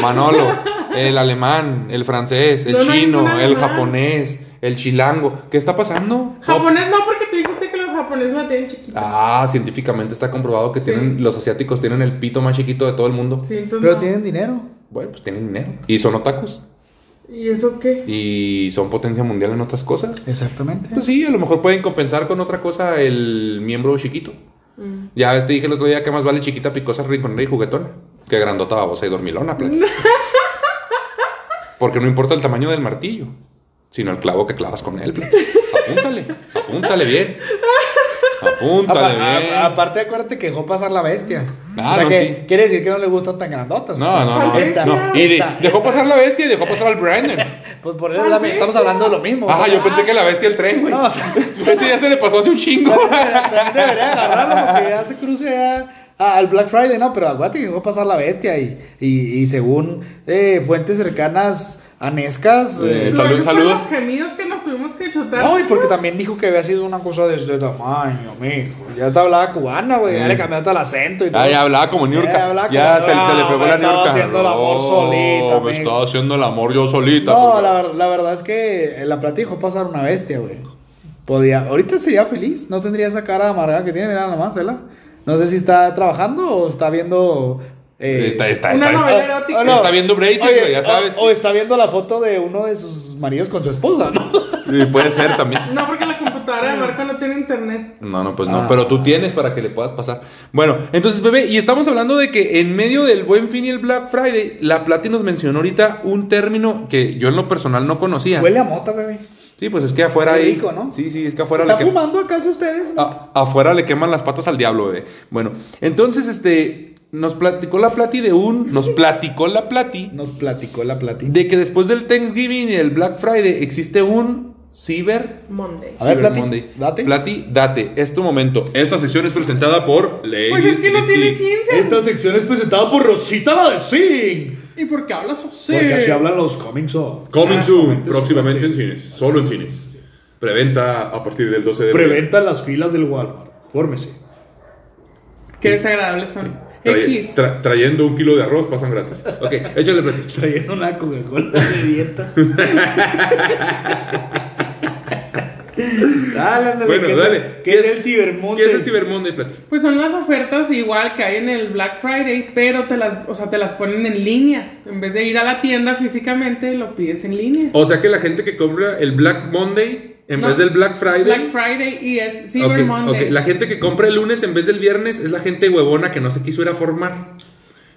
A: Manolo. El alemán, el francés, el
C: No, no hay
A: chino,
C: ningún
A: el
C: alemán.
A: japonés, el chilango. ¿Qué está pasando?
C: Japonés no, porque tú dijiste que los japoneses la tienen chiquita.
A: Ah, científicamente está comprobado que tienen los asiáticos tienen el pito más chiquito de todo el mundo.
C: Sí, entonces
B: Pero
C: no.
B: tienen dinero.
A: Bueno, pues tienen dinero. Y son otakus.
C: ¿Y eso qué?
A: Y son potencia mundial en otras cosas.
B: Exactamente.
A: Pues sí, a lo mejor pueden compensar con otra cosa el miembro chiquito.
C: Mm.
A: Ya ves, te dije el otro día que más vale chiquita, picosa, rinconera y juguetona. Que grandota, babosa y dormilona, plats. Porque no importa el tamaño del martillo, sino el clavo que clavas con él. plats. Apúntale, apúntale bien. Apúntale
B: Apa- a-
A: bien.
B: aparte, acuérdate que dejó pasar la bestia.
A: Ah,
B: o sea
A: no,
B: que
A: sí.
B: quiere decir que no le gustan tan grandotas.
A: No, no, no.
B: Esta,
A: no. Y de-
B: esta.
A: dejó pasar la bestia y dejó pasar al Brandon.
B: Pues por eso la- estamos hablando de lo mismo.
A: Ajá,
B: o sea,
A: yo pensé que la bestia el tren, güey.
B: No.
A: Ese ya se le pasó hace un
B: *laughs*
A: chingo.
B: también debería agarrarlo porque ya se cruce a- a- al Black Friday, ¿no? Pero aguante que dejó pasar la bestia y, y, y según eh, fuentes cercanas a Nescas.
A: Eh,
B: eh,
A: salud-
C: Lo dijo
A: saludos.
C: Los gemidos que nos tuvimos que chutar.
B: no, y porque también dijo que había sido una cosa de este tamaño, mijo. Ya te hablaba cubana, güey. Ya
A: Eh.
B: le cambiaste el acento y todo.
A: Ah, ya hablaba como Niurka.
B: Ya Eh, hablaba
A: ya
B: como-
A: se, se le
B: No,
A: pegó
B: me
A: la
B: estaba
A: Niurka.
B: haciendo el amor solita,
A: Me
B: amigo.
A: estaba haciendo el amor yo solita.
B: No,
A: porque-
B: la, ver- la verdad es que la plata dijo pasar una bestia, güey. Podía, ahorita sería feliz, no tendría esa cara amargada que tiene, mira nomás, ¿verdad? No sé si está trabajando o está viendo. eh,
A: Está, está,
C: Una
A: está.
C: novela.
B: o-
C: erótica.
B: o Ah, no.
A: Está viendo Braces,
B: Oye,
A: güey, ya
B: o-
A: sabes.
B: O, está viendo la foto de uno de sus maridos con su esposa, ¿no?
A: *laughs* Y puede ser también.
C: No, porque la computadora de Marco no tiene internet.
A: No, no, pues no.
B: Ah.
A: Pero tú tienes para que le puedas pasar. Bueno, entonces, bebé, y estamos hablando de que en medio del Buen Fin y el Black Friday, la Plati nos mencionó ahorita un término que yo en lo personal no conocía.
B: Huele a mota, bebé.
A: Sí, pues es que afuera
B: Qué
A: ahí.
B: rico, ¿no?
A: Sí, sí, es que afuera
B: ¿Está
A: le que-
B: fumando acaso ustedes?
A: a- afuera le queman las patas al diablo, bebé. Bueno, entonces, este, nos platicó la Plati de un, nos platicó la Plati
B: Nos platicó la platita.
A: de que después del Thanksgiving y el Black Friday existe un ciber
C: Monday.
B: A ver,
A: Cyber
B: Plati, date.
A: Plati, date. Es tu momento. Esta sección es presentada por Lady.
C: Pues es que no tiene
A: Christie.
C: ciencia.
B: sección es presentada por Rosita la de Sing.
C: ¿Y por qué hablas así?
B: Porque así hablan los coming soon.
A: Coming
B: Ah,
A: soon,
B: coming
A: próximamente en
B: sí.
A: cines. Solo en cines. Preventa a partir del 12 de abril.
B: Preventa en las filas del Walmart. Fórmese.
C: Qué desagradables son.
A: Traye-
C: X.
A: tra- trayendo un kilo de arroz pasan gratis. Ok, échale Plati.
B: Trayendo una Coca-Cola de dieta. dale, ándale,
A: Bueno,
B: que
A: *laughs*
B: es
A: dale.
B: el-
A: ¿Qué
B: que
A: es-
B: es el cibermonte?
A: ¿Qué es el cibermonde, Plati?
C: Pues son las ofertas igual que hay en el Black Friday, pero te las, o sea, te las ponen en línea. En vez de ir a la tienda físicamente, lo pides en línea.
A: O sea que la gente que compra el Black Monday en
C: No.
A: vez del Black Friday.
C: Black Friday y es Cyber
A: Ok,
C: Monday.
B: eh.
A: ok. La gente que compra el lunes en vez del viernes es la gente huevona que no se quiso ir a formar,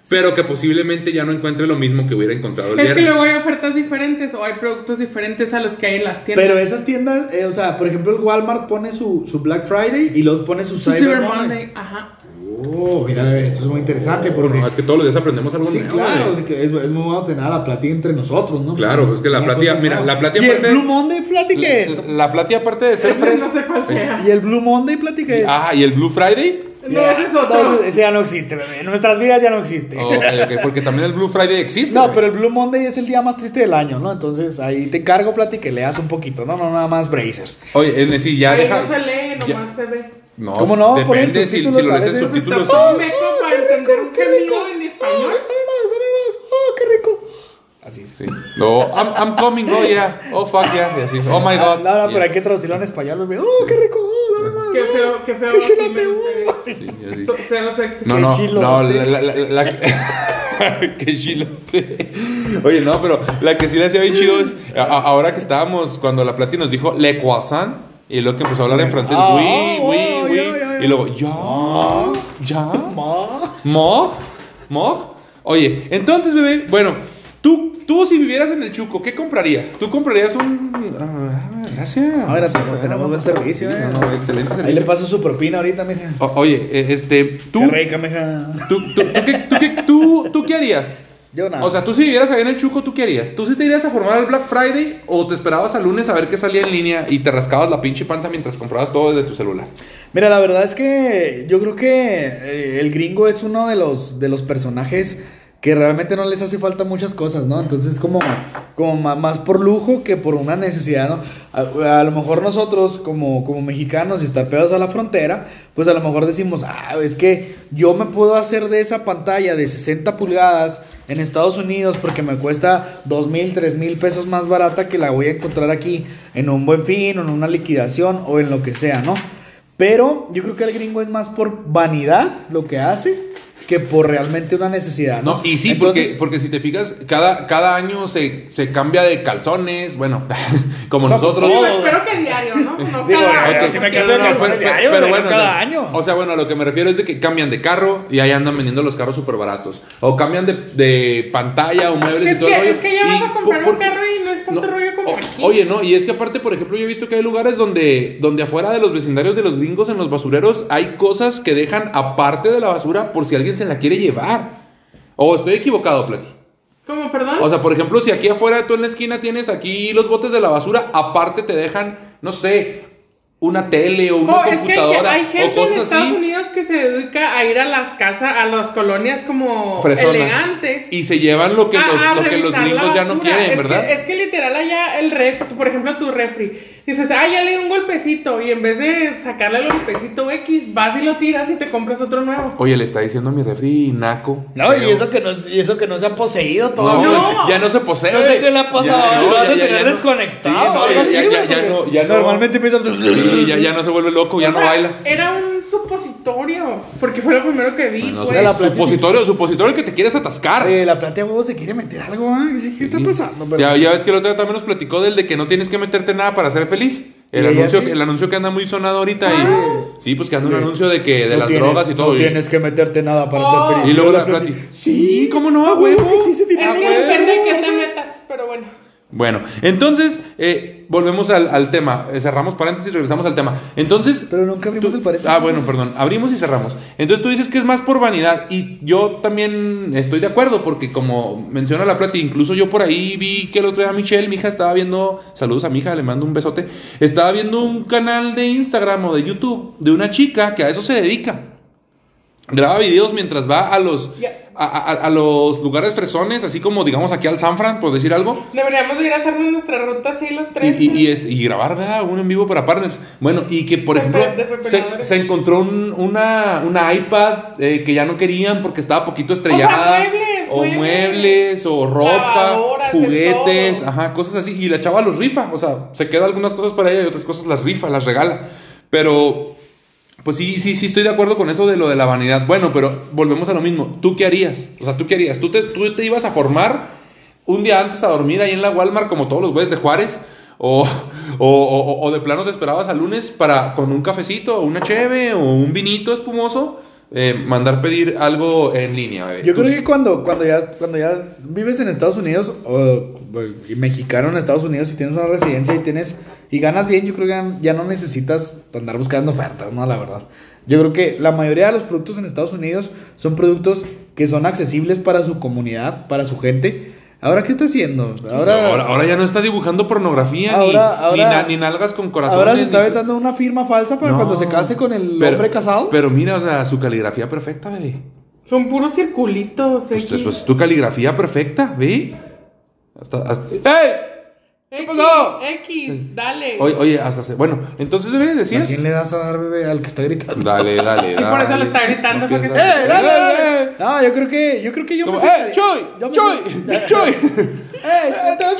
A: pero que posiblemente ya no encuentre lo mismo que hubiera encontrado el
C: es que
A: viernes.
C: luego hay ofertas diferentes o hay productos diferentes a los que hay en las tiendas.
B: Pero esas tiendas, eh, o sea, por ejemplo, el Walmart pone su, su Black Friday y luego pone su
C: Su
B: Cyber,
C: Cyber
B: Monday.
C: Monday, ajá.
B: Oh, mira, esto es muy interesante porque.
A: Oh, No, es que todos los días aprendemos algo
B: Sí,
A: nuevo,
B: claro,
A: güey.
B: así que es, es muy bueno tener la plática entre nosotros, ¿no?
A: Claro, pues es que la
B: Una
A: plática-
B: cosa
A: mira,
B: nueva.
A: la plática
B: ¿Y el
A: aparte-
B: Blue Monday plática es?
A: La platia aparte de ser
C: Ese
A: fresco.
C: no sé
A: *laughs*
C: cuál sea.
B: ¿Y el Blue Monday plática es?
A: Ah, y el Blue Friday.
C: No, ese es otro.
B: No, ese- ese ya no existe, bebé. En nuestras vidas ya no existe.
A: Ok, ok, porque también el Blue Friday existe.
B: *laughs* No,
A: güey.
B: pero el Blue Monday es el día más triste del año, ¿no? Entonces ahí te encargo, plática, que leas un poquito, ¿no? No, nada más Brazers.
A: Oye, en sí, ya
C: Ahí
A: deja.
C: no se lee,
A: ya-
C: nomás se ve.
A: No,
B: ¿Cómo no? Ponen
A: Depende si,
B: subtítulos
A: si lo
B: a
A: lees en
B: veces.
A: subtítulos.
C: Está perfecto para entender un gemido en
B: ¡Oh, dame
C: español.
B: más, dame más! ¡Oh, qué rico! Así es.
A: Sí. No, I'm, I'm coming, oh yeah, oh fuck yeah, y así, oh my god.
B: Ah, No, no,
A: Y-
B: pero hay que traducirlo en español, bebé. ¡Oh, qué rico! ¡Oh, dame más!
C: Qué
B: dame
C: feo,
B: más.
C: qué feo.
B: ¡Qué chilate!
C: comen
B: ¡Oh!
C: ustedes.
A: Sí, y así.
C: Cero sexy.
A: No, no,
B: chilote.
A: no, la, la, la, la- *laughs* qué chilote. Oye, no, pero la que sí le hacía bien chido es a- a- ahora que estábamos cuando la Plati nos dijo le croissant y luego que empezó a hablar en francés,
B: Ah,
A: oui,
B: oh,
A: oui,
B: oh,
A: oui,
B: ya, ya, ya.
A: y luego ya, ya,
B: Ma.
A: moj, moj. Oye, entonces, bebé, bueno, tú tú si vivieras en el Chuco, ¿qué comprarías? ¿Tú comprarías un ah, gracias.
B: Ah, gracias, tenemos buen servicio, eh.
A: No, no, excelente
B: Ahí le
A: servicio.
B: paso su propina ahorita, mija.
A: O- oye, eh, este, tú
B: Qué rica, mija.
A: ¿Tú, tú, tú qué, tú qué- tú- tú qué harías?
B: Yo nada.
A: O sea, tú si vivieras ahí en el Chuco, ¿tú qué harías? ¿Tú si te irías a formar al Black Friday o te esperabas al lunes a ver qué salía en línea y te rascabas la pinche panza mientras comprabas todo desde tu celular?
B: Mira, la verdad es que yo creo que eh, el gringo es uno de los, de los personajes que realmente no les hace falta muchas cosas, ¿no? Entonces es como, como ma- más por lujo que por una necesidad, ¿no? A, a lo mejor nosotros como, como mexicanos y estar pegados a la frontera, pues a lo mejor decimos, ah, es que yo me puedo hacer de esa pantalla de 60 pulgadas en Estados Unidos porque me cuesta 2 mil, 3 mil pesos más barata que la voy a encontrar aquí en un buen fin, o en una liquidación o en lo que sea, ¿no? Pero yo creo que el gringo es más por vanidad lo que hace que por realmente una necesidad.
A: No,
B: No,
A: y sí,
B: Entonces,
A: porque, porque si te fijas, cada, cada año se, se cambia de calzones, bueno, *laughs* como
B: No, pues
A: nosotros.
B: todo.
C: Digo, espero que diario, ¿no? No
B: Digo,
C: cada
B: eh,
C: año,
B: si me
C: porque-
B: quedo en el- calzones diario, güey, no cada
A: o sea,
B: año.
A: O sea, bueno, a lo que me refiero es de que cambian de carro y ahí andan vendiendo los carros súper baratos. O cambian de, de pantalla o muebles
C: Es
A: y todo el
C: que,
A: rollo.
C: es que ya vas
A: Y
C: a comprar
A: por-
C: un carro y no es tanto
A: no,
C: rollo como
A: o-
C: aquí.
A: Oye, no, y es que aparte, por ejemplo, yo he visto que hay lugares donde, donde afuera de los vecindarios de los gringos en los basureros hay cosas que dejan aparte de la basura por si alguien se la quiere llevar. O estoy equivocado, Plati.
C: ¿Cómo, perdón?
A: O sea, por ejemplo, si aquí afuera tú en la esquina tienes aquí los botes de la basura, aparte te dejan, no sé, una tele o una
C: Oh, es que hay,
A: computadora
C: hay
A: o
C: gente en
A: cosas
C: Estados
A: así.
C: Unidos que se dedica a ir a las casas, a las colonias como
A: Fresonas.
C: elegantes.
A: Y se llevan lo que
C: a-
A: los,
C: a
A: lo que los
C: Ah, revisar la
A: gringos ya no
C: basura.
A: quieren,
C: Es
A: ¿verdad?
C: Que, es que literal allá el refri, por ejemplo tu refri, dices, ah, ya le di un golpecito y en vez de sacarle el golpecito X, vas y lo tiras y te compras otro nuevo.
A: Oye, le está diciendo a mi refri naco.
B: No, y
A: feo.
B: eso que no, y eso que no se ha poseído
A: No,
B: todavía.
C: No.
A: ya no se posee.
B: No sé qué le ha pasado,
A: Ya,
B: lo
A: no,
B: has de
A: ya, ya,
B: tener
A: ya no.
B: desconectado,
A: Sí, no,
B: algo
A: ya-
B: así,
A: ya-
B: güey,
A: ya- ya
B: porque
A: no- ya no.
B: Normalmente empieza
A: Sí, ya, ya no se vuelve loco, ya
C: O
A: no
C: sea,
A: baila.
C: Era un supositorio, porque fue lo primero que vi.
A: No
C: pues.
A: sé,
B: la
A: supositorio, supositorio que te quieres atascar.
B: Eh, la plata de huevos se quiere meter algo, ¿ah? Sí, ¿Qué está
A: Sí.
B: pasando? Pero-
A: Ya, ya ves que el otro día también nos platicó del de que no tienes que meterte nada para ser feliz. El,
B: Y ella
A: anuncio,
B: sí. Ah.
A: el anuncio que anda muy sonado ahorita. Y, sí, pues que anda un
B: Sí.
A: anuncio de que de
B: No
A: las
B: tienes-
A: drogas y todo.
B: No
A: y- Ah.
B: tienes que meterte nada para
C: Oh.
B: ser feliz.
A: Y luego la
B: Plati-
A: Plati,
B: Sí, cómo no,
A: a
B: a huevo.
A: huevo.
B: que Sí, se
C: Es
B: tiene
C: que
B: que meter
C: depende de
B: las
C: qué te
B: cosas.
C: metas, pero bueno.
A: Bueno, entonces, eh, volvemos al, al tema. Eh, Cerramos paréntesis y regresamos al tema. Entonces.
B: Pero nunca abrimos
A: tú-
B: el paréntesis.
A: Ah, bueno, perdón. Abrimos y cerramos. Entonces tú dices que es más por vanidad. Y yo también estoy de acuerdo, porque como menciona la plata, incluso yo por ahí vi que el otro día Michelle, mi hija, estaba viendo. Saludos a mi hija, le mando un besote. Estaba viendo un canal de Instagram o de YouTube de una chica que a eso se dedica. Graba videos mientras va a los.
C: Ya.
A: A, a- a los lugares fresones, así como digamos aquí al San Fran, por decir algo,
C: Deberíamos de ir a hacernos nuestra ruta así los
A: y,
C: tres.
A: y-
C: ¿no?
A: y es- y grabar, ¿verdad? Un en vivo para partners. Bueno, y que por
C: De
A: ejemplo
C: pe- de
A: se,
C: pepenadores.
A: se encontró un- una, una iPad eh, que ya no querían porque estaba poquito
C: O
A: estrellada.
C: sea, muebles,
A: o
C: muebles.
A: muebles, o ropa,
C: Lavadoras, de
A: juguetes,
C: todo.
A: ajá, cosas así. Y la chava los rifa, o sea, se queda algunas cosas para ella y otras cosas las rifa, las regala. Pero, pues sí, sí, sí estoy de acuerdo con eso de lo de la vanidad. Bueno, pero volvemos a lo mismo. ¿Tú qué harías? O sea, ¿tú qué harías? ¿Tú te, tú te ibas a formar un día antes a dormir ahí en la Walmart como todos los güeyes de Juárez? O, *laughs* o, o- o de plano te esperabas al lunes para con un cafecito o una cheve o un vinito espumoso eh, mandar pedir algo en línea, bebé.
B: Yo
A: Tú-
B: creo que cuando, cuando, ya, cuando ya vives en Estados Unidos o, o- y mexicano en Estados Unidos y tienes una residencia y tienes y ganas bien, yo creo que ya, ya no necesitas andar buscando ofertas, ¿no? La verdad. Yo creo que la mayoría de los productos en Estados Unidos son productos que son accesibles para su comunidad, para su gente. Ahora, ¿qué está haciendo?
A: Ahora, ahora, ya no está dibujando pornografía
B: Ahora-
A: ni,
B: ahora-
A: ni, na- ni nalgas con corazones.
B: Ahora se está
A: ni-
B: vetando una firma falsa para
A: No.
B: cuando se case con el
A: Pero-
B: hombre casado.
A: Pero mira, o sea, su caligrafía perfecta, bebé.
C: Son puros circulitos.
A: Pues,
C: X.
A: pues, tu caligrafía perfecta, ve. Hasta, hasta- ¡Ey!
C: X,
A: pasó?
C: X, dale.
A: Oye, oye, hasta se- Bueno, entonces, bebé,
B: ¿A
A: decías.
B: quién le das a dar, bebé? Al que está gritando.
A: Dale, dale,
C: Sí,
A: dale.
C: por eso le está gritando,
A: No
C: para que
A: pierdas-
C: se-
B: ¡Eh, dale, dale! No, yo creo que yo creo que yo
A: Como,
B: sentaría-
A: ¡Eh, Chuy!
B: yo
A: *laughs*
B: me
A: ¡Chuy!
B: sentaría-
A: ¡Chuy!
B: ¡Eh, estás pendejo,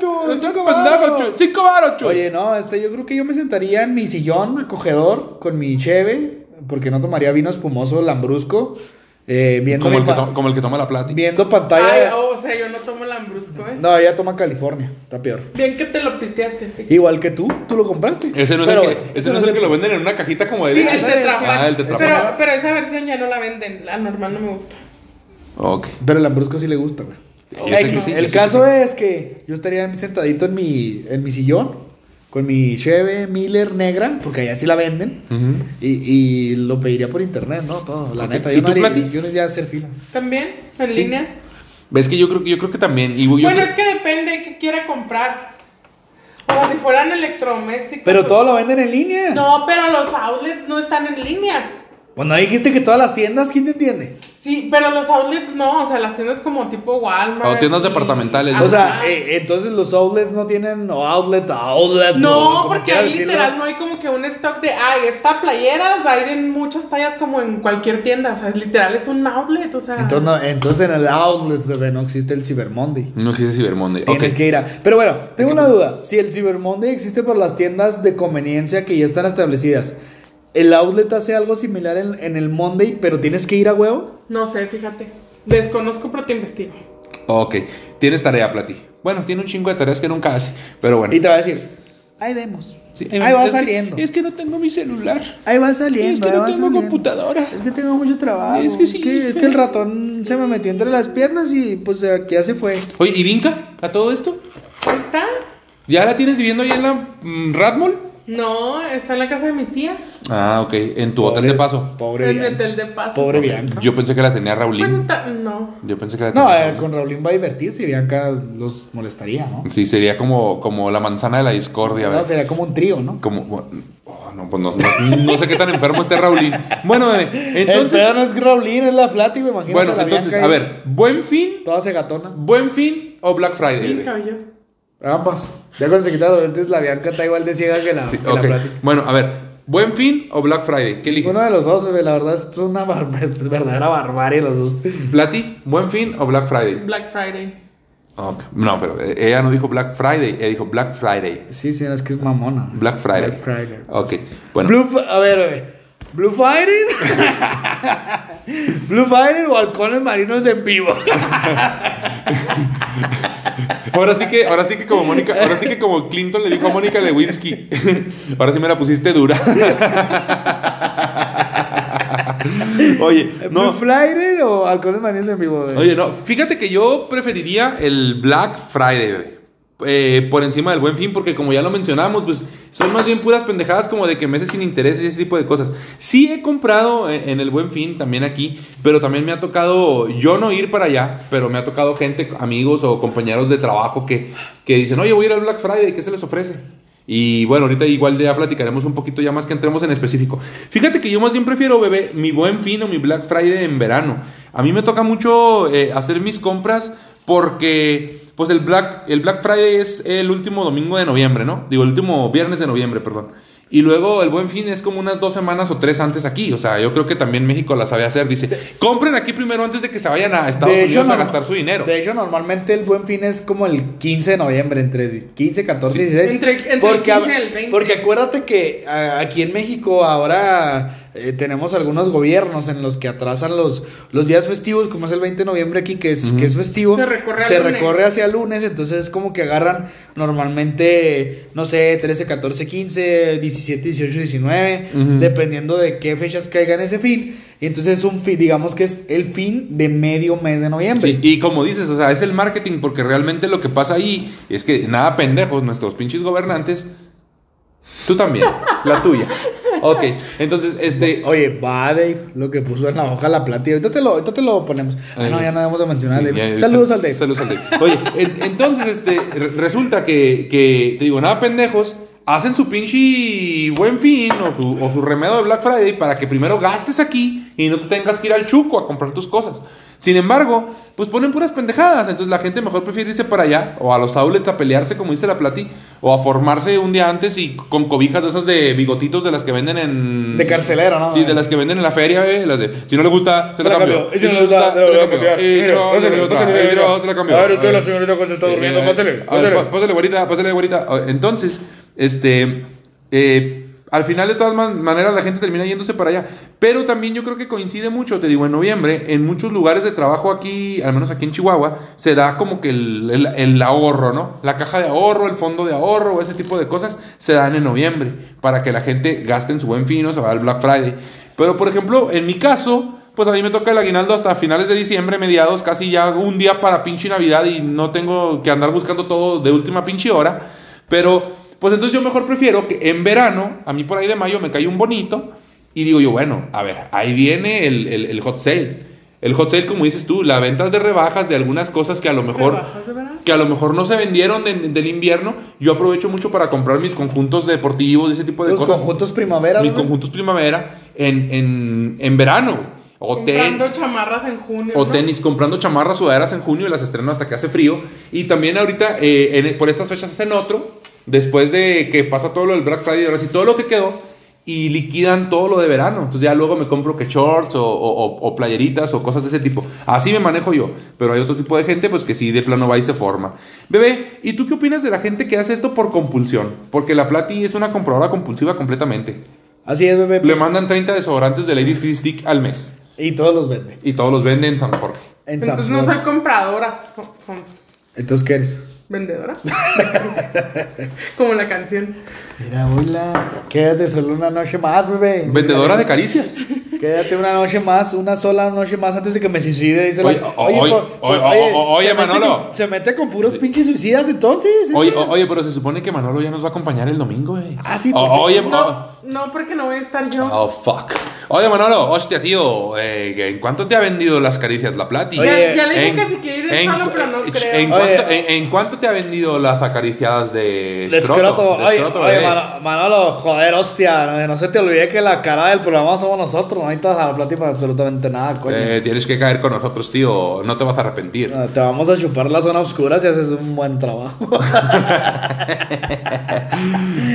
B: Chuy!
A: ¡Estás pendejo,
B: Cinco varos.
A: Chuy! ¡Cinco varos, Chuy!
B: Oye, no, este, yo creo que yo me sentaría en mi sillón acogedor con mi cheve, porque no tomaría vino espumoso, lambrusco, eh, viendo,
A: como,
B: mi
A: el que
B: pa-
A: to- como el que toma la plática.
B: viendo
C: Ay,
B: pantalla.
C: oh, o sea, yo no tomo lambrusco, eh.
B: No, ella toma California, está peor.
C: Bien que te lo pisteaste. Sí,
B: Igual que tú, tú lo compraste.
A: Ese no es,
B: Pero
A: el,
B: bueno,
A: que, ese no es el que lo venden en una cajita como de
C: el
A: leche.
C: de Trampa.
A: Ah, el de Trampa.
C: Pero, pero esa versión ya no la venden. La normal no me gusta.
A: Ok.
B: Pero el Lambrusco sí le gusta, güey.
A: Yo sé
B: X,
A: que sí, yo sé
B: el
A: que
B: caso es que yo estaría sentadito en mi, en mi sillón con mi Cheve Miller negra, porque allá sí la venden.
A: Ujú.
B: Y, y lo pediría por internet, ¿no? Todo, la
A: Ok.
B: neta.
A: ¿Y
B: Yo
A: tú,
B: no, haría,
A: Plati?
B: yo no iría a hacer fila.
C: ¿También? ¿En
A: Sí.
C: línea?
A: Ves que yo creo, yo creo que también. Y yo
C: bueno,
A: creo-
C: es que depende de qué quiera comprar. O sea, si fueran electrodomésticos. pues,
B: Pero
C: o-
B: todo lo venden en línea.
C: No, pero los outlets no están en línea.
B: Bueno, dijiste que todas las tiendas, ¿quién te entiende?
C: Sí, pero los outlets no, o sea, las tiendas como tipo Walmart.
A: O tiendas
C: y-
A: departamentales,
C: Ajá.
A: ¿no?
B: O sea, eh, entonces los outlets no tienen o outlet,
A: eh,
B: outlet. o
C: No,
B: como
C: porque
B: quieras
C: ahí
B: decirlo.
C: literal no hay como que un stock de, ay, esta playera va a ir en muchas tallas como en cualquier tienda, o sea, es literal, es un outlet, o sea.
B: Entonces, no- entonces en el outlet, bebé, no existe el Cyber Monday.
A: No existe Cybermonde. Ok.
B: Tienes que ir a. Pero bueno, tengo una duda. Si el Cyber Monday existe para las tiendas de conveniencia que ya están establecidas, ¿el outlet hace algo similar en, en el Monday, pero tienes que ir a huevo?
C: No sé, fíjate. Desconozco, pero te investigo.
A: Ok. Tienes tarea, Plati. Bueno, tiene un chingo de tareas que nunca hace. Pero bueno.
B: Y te va a decir, ahí vemos.
A: Sí,
B: ahí va
A: es que-
B: saliendo.
A: es que no tengo mi celular.
B: Ahí va saliendo.
A: Es que
B: ahí
A: no
B: va
A: tengo
B: saliendo.
A: computadora.
B: Es que tengo mucho trabajo.
A: Es que sí.
B: es que el ratón se me metió entre las piernas y pues aquí ya se fue.
A: Oye, ¿y Vinca? ¿A todo esto?
C: ¿Ahí ¿Está?
A: ¿Ya la tienes viviendo ahí en la mm, Radmol?
C: No, está en la casa de mi tía.
A: Ah, ok. En tu hotel de paso.
B: Pobre
C: en el
B: Bianca.
C: hotel de paso.
B: Pobre
A: Ok.
B: Bianca.
A: Yo pensé que la tenía
C: Pues
A: Raulín.
C: está, no.
A: Yo pensé que la
B: No,
A: tenía.
B: eh,
A: Raulín.
B: con Raulín va a divertirse y Bianca los molestaría, ¿no?
A: Sí, sería como, como la manzana de la discordia,
B: No,
A: ¿verdad?
B: sería como un trío, ¿no?
A: Como. bueno, oh, no, pues no, no- no sé qué tan enfermo esté Raulín. Bueno, bebé,
B: el
A: entonces.
B: pedo no es Raulín, es la plática, me imagino.
A: Bueno,
B: la
A: entonces,
B: Bianca
A: a
B: ahí,
A: ver, buen fin,
B: Toda se gatona.
A: buen fin o Black Friday.
C: Mi
A: bebé?
C: cabello.
B: Ambas. Ya cuando se quitaron los dientes, la Bianca está igual de ciega que la,
A: Sí,
B: que la
A: ok.
B: plática.
A: Bueno, a ver, buen fin o Black Friday. ¿Qué eliges?
B: Uno de los dos, bebé, la verdad es una bar- *laughs* verdadera barbarie los dos.
A: Plati, buen fin o Black Friday.
C: Black Friday.
A: Ok. No, pero eh, ella no dijo Black Friday, ella dijo Black Friday.
B: Sí, sí, no, es que es mamona.
A: Black Friday.
B: Black Friday.
A: Ok, bueno.
B: Blue, F- a ver, bebé.
A: *laughs*
B: Blue Friday. Blue Friday o halcones marinos en vivo.
A: Ahora sí que, ahora sí que como Mónica, ahora sí que como Clinton le dijo a Mónica Lewinsky. *laughs* Ahora sí me la pusiste dura. *laughs* Oye,
B: Blue
A: no.
B: Friday o halcones marinos en vivo, bebé.
A: Oye, no, fíjate que yo preferiría el Black Friday, bebé. Eh, por encima del buen fin, porque como ya lo mencionamos, pues son más bien puras pendejadas como de que meses sin intereses y ese tipo de cosas. Sí he comprado eh, en el buen fin también aquí, pero también me ha tocado yo no ir para allá, pero me ha tocado gente, amigos o compañeros de trabajo que, que dicen, oye, voy a ir al Black Friday, ¿qué se les ofrece? Y bueno, ahorita igual ya platicaremos un poquito ya más que entremos en específico. Fíjate que yo más bien prefiero, bebé, mi buen fin o mi Black Friday en verano. A mí me toca mucho eh, hacer mis compras porque pues el Black, el Black Friday es el último domingo de noviembre, ¿no? Digo, el último viernes de noviembre, perdón. Y luego el buen fin es como unas dos semanas o tres antes aquí. O sea, yo creo que también México la sabe hacer. Dice, compren aquí primero antes de que se vayan a Estados
B: De hecho,
A: Unidos a
B: no-
A: gastar su dinero.
B: De hecho, normalmente el buen fin es como el 15 de noviembre, entre 15, 14 y 16.
C: Entre- entre el 15 y el 20.
B: Porque acuérdate que a- aquí en México ahora eh, tenemos algunos gobiernos en los que atrasan los, los días festivos, como es el 20 de noviembre aquí, que es,
A: Ujú.
B: que es festivo.
C: Se recorre al
B: Se
C: lunes.
B: recorre hacia el lunes, entonces es como que agarran normalmente, no sé, 13, 14, 15, 17, 18, 19,
A: Ujú.
B: dependiendo de qué fechas caigan ese fin. Y entonces es un fin, digamos que es el fin de medio mes de noviembre.
A: Sí, y como dices, o sea, es el marketing, porque realmente lo que pasa ahí es que nada pendejos, nuestros pinches gobernantes. Tú también, la tuya. Ok, entonces, este.
B: Oye, va Dave, lo que puso en la hoja la plata. Ahorita te lo, ahorita te lo ponemos. Ah, no, ya no vamos a mencionar
A: sí,
B: a Dave.
A: ya-
B: Saludos
A: sal-
B: al Dave.
A: Saludos al Dave. Oye, en- entonces, este, re- resulta que, que, te digo, nada pendejos, hacen su pinche buen fin o su, o su remedio de Black Friday para que primero gastes aquí y no te tengas que ir al chuco a comprar tus cosas. Sin embargo, pues ponen puras pendejadas. Entonces la gente mejor prefiere irse para allá o a los outlets a pelearse, como dice la Plati, o a formarse un día antes y con cobijas de esas de bigotitos de las que venden en.
B: De carcelero, ¿no?
A: Sí, de las que venden en la feria, bebé, las de, si no le gusta, se
B: Se
A: la
B: la
A: cambió.
B: cambió. Y si no le gusta, se la voy a copiar. Mire, pásele, pásele,
A: Pero
B: señora.
A: se la cambió.
B: A ver, usted,
A: Eh,
B: la señorita, ¿cuál se está durmiendo?
A: eh,
B: Pásele,
A: a ver,
B: pásele.
A: pa- Pásale, güerita, pásale, güerita. Ah, Entonces, este. eh, al final, de todas man- maneras, la gente termina yéndose para allá. Pero también yo creo que coincide mucho, te digo, en noviembre, en muchos lugares de trabajo aquí, al menos aquí en Chihuahua, se da como que el, el- el ahorro, ¿no? La caja de ahorro, el fondo de ahorro, ese tipo de cosas se dan en noviembre para que la gente gaste en su buen fin o se va al Black Friday. Pero, por ejemplo, en mi caso, pues a mí me toca el aguinaldo hasta finales de diciembre, mediados, casi ya un día para pinche Navidad y no tengo que andar buscando todo de última pinche hora. Pero, pues entonces yo mejor prefiero que en verano, a mí por ahí de mayo me cae un bonito y digo yo, bueno, a ver, ahí viene el, el- el hot sale. El hot sale, como dices tú, la venta de rebajas de algunas cosas que a lo mejor
C: Rebajas de verano.
A: que a lo mejor no se vendieron en- del invierno, yo aprovecho mucho para comprar mis conjuntos deportivos, ese tipo de
B: Los
A: cosas.
B: conjuntos primavera.
A: mis
B: güey.
A: conjuntos primavera en, en, en verano. O, ten,
C: Comprando chamarras en junio.
A: o
C: ¿no?
A: tenis, comprando chamarras sudaderas en junio y las estreno hasta que hace frío. Y también ahorita, eh, en- por estas fechas hacen otro, después de que pasa todo lo del Black Friday, ahora sí, todo lo que quedó, y liquidan todo lo de verano. Entonces ya luego me compro que shorts o, o- o- o playeritas o cosas de ese tipo. Así me manejo yo. Pero hay otro tipo de gente, pues que sí, de plano va y se forma. Bebé, ¿y tú qué opinas de la gente que hace esto por compulsión? Porque la Plati es una compradora compulsiva completamente.
B: Así es, bebé.
A: Le mandan 30 desodorantes de Ladies Free Stick al mes.
B: Y todos los vende.
A: Y todos los venden en San Jorge.
B: En San
C: Entonces no
B: Flor.
C: soy compradora, so- son
B: Entonces, ¿qué eres?
A: *laughs*
C: vendedora. Como la canción.
B: Mira, hola. Quédate solo una noche más, bebé.
A: Vendedora de caricias.
B: Quédate una noche más, una sola noche más antes de que me suicide, dice la-
A: Oye, o- oye,
B: por-
A: o- o- o- oye,
B: se mete
A: Manolo.
B: con- se mete con puros pinches suicidas entonces. ¿eh?
A: Oye, o- oye, pero se supone que Manolo ya nos va a acompañar el domingo, güey.
B: Ah, sí,
A: O-
B: pues,
A: oye, oh,
C: No, no, porque no voy a estar yo.
A: oh, fuck. Oye, Manolo, hostia, tío. eh, ¿En cuánto te ha vendido las caricias la Plati?
C: ya,
B: oye,
C: ya le dije
A: En-
C: que si quiere ir
A: en-
C: solo, pero no
A: en-
C: creo.
A: En, cuánto,
B: Oye.
A: en- en cuánto te ha vendido las acariciadas de
B: De
A: escroto?
B: escroto.
A: De eh.
B: Oye,
A: escroto,
B: oye,
A: bebé.
B: Mano- Manolo, joder, hostia. No, no se te olvide que la cara del programa somos nosotros. No necesitas a la plática para absolutamente nada, coño.
A: Eh, tienes que caer con nosotros, tío. No te vas a arrepentir.
B: Ah, Te vamos a chupar la zona oscura si haces un
A: *laughs*
B: buen trabajo.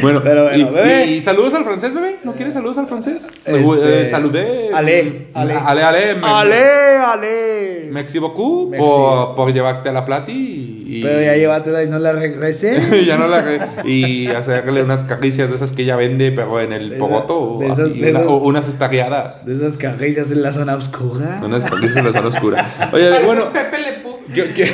A: Bueno,
B: Pero bueno,
A: y-
B: bebé.
A: y, saludos al francés, bebé. ¿No quieres saludos al francés?
B: Este,
A: Uy, eh, saludé.
B: Ale, ale.
A: Ale, ale. me-
B: ¡Ale, ale!
A: Merci beaucoup
B: Merci.
A: por, por llevarte a la plati y, y-
B: Pero ya llévatela y no la regreses.
A: *laughs* ya no la y hacerle unas caricias de esas que ella vende pero en el
B: De
A: pogoto o
B: esa- de
A: así,
B: esas-
A: una-
B: de esas-
A: o unas estagueadas
B: De esas caricias en la zona oscura.
A: unas caricias en la zona oscura oye
C: Parece
A: bueno
C: Pepe Le Pew.
A: yo-
B: *laughs*
A: que-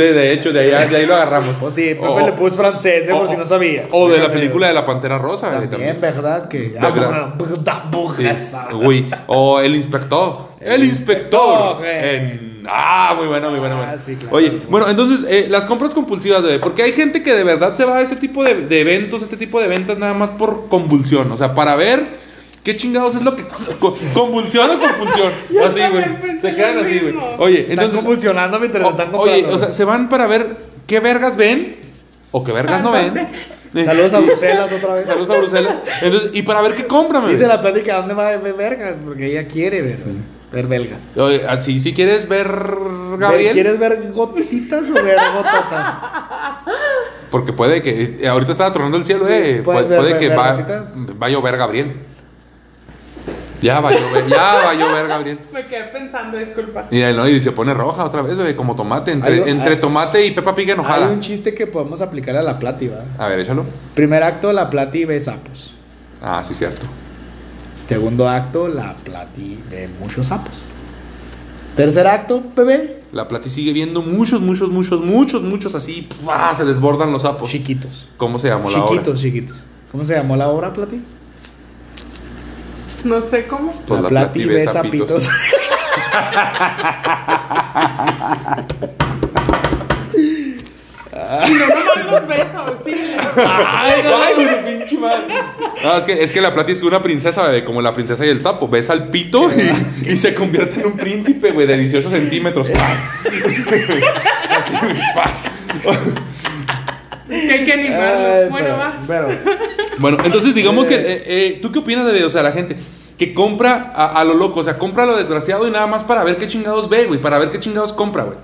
A: de, de hecho de ahí, de ahí lo agarramos
B: O Oh, sí, Pepe
A: O-
B: Le Pew es francés, eh,
A: o-
B: por si no sabías.
A: o de la película de la pantera rosa eh,
B: También, ¿verdad? Que. ah, pues,
A: De verdad.
B: *laughs*
A: Sí, uy, o el inspector. El inspector. en- Ah, muy bueno, muy bueno. muy
B: eh. Ah,
A: bueno.
B: sí, claro.
A: Oye, bueno, entonces, eh, las compras compulsivas, bebé, porque hay gente que de verdad se va a este tipo de, de eventos, este tipo de ventas, nada más por convulsión, o sea, para ver. ¿Qué chingados es lo que... *laughs* co- ¿Convulsión o
B: *laughs*
A: compulsión?
C: Yo
A: así, güey.
C: también pensé
A: Se quedan
C: lo
A: así, güey.
C: mismo.
A: Oye,
B: Están
A: entonces...
B: convulsionando mientras
A: o-
B: están
A: oye,
B: comprando.
A: o sea, se van para ver qué vergas ven o qué vergas no ven.
B: Saludos a Bruselas otra vez.
A: Saludos a Bruselas. Entonces, y para ver qué compran, bebé.
B: Dice la plática dónde va a ver vergas, porque ella quiere ver, ver belgas.
A: Oye, así, si quieres ver Gabriel,
B: ¿Quieres ver gotitas o ver gototas?
A: *laughs* porque puede que eh, ahorita está tronando el cielo,
B: Sí,
A: eh,
B: puede
A: puede,
B: ver-
A: puede
B: ver-
A: que
B: ver
A: va,
B: ratitas.
A: va a llover Gabriel. Ya va a llover, ya va a llover Gabriel.
C: Me quedé pensando, disculpa.
A: Y, ahí, ¿no? y se pone roja otra vez, bebé, como tomate, entre,
B: Algo-
A: entre
B: hay-
A: tomate y Peppa Pig
B: Hay
A: enojada.
B: un chiste que podemos aplicar a la plati, ¿va?
A: A ver, échalo.
B: Primer acto, la plati ve sapos.
A: Ah, sí, cierto.
B: Segundo acto, la plati ve muchos sapos. Tercer acto, bebé,
A: La Plati sigue viendo muchos, muchos, muchos, muchos, muchos así, ¡pua! se desbordan los sapos.
B: chiquitos.
A: ¿Cómo se llamó la obra?
B: Chiquitos, chiquitos. ¿Cómo se llamó la obra, plati?
C: No sé cómo.
A: Pues la Plati ve sapitos.
C: Y no nomás los besos, sí.
A: Ay, ay, güey, pinche madre. No, es que, es que la Plati es una princesa, bebé, como la princesa y el sapo. Ves al pito y, y se convierte en un príncipe, güey, de 18 centímetros. Así, güey, paz.
C: Es que
B: *laughs*
C: hay que animarlos. Bueno, va. *laughs*
A: Bueno, entonces digamos que, eh, eh, ¿tú qué opinas de, o sea, la gente que compra a, a lo loco, o sea, compra a lo desgraciado y nada más para ver qué chingados ve, güey, para ver qué chingados compra, güey?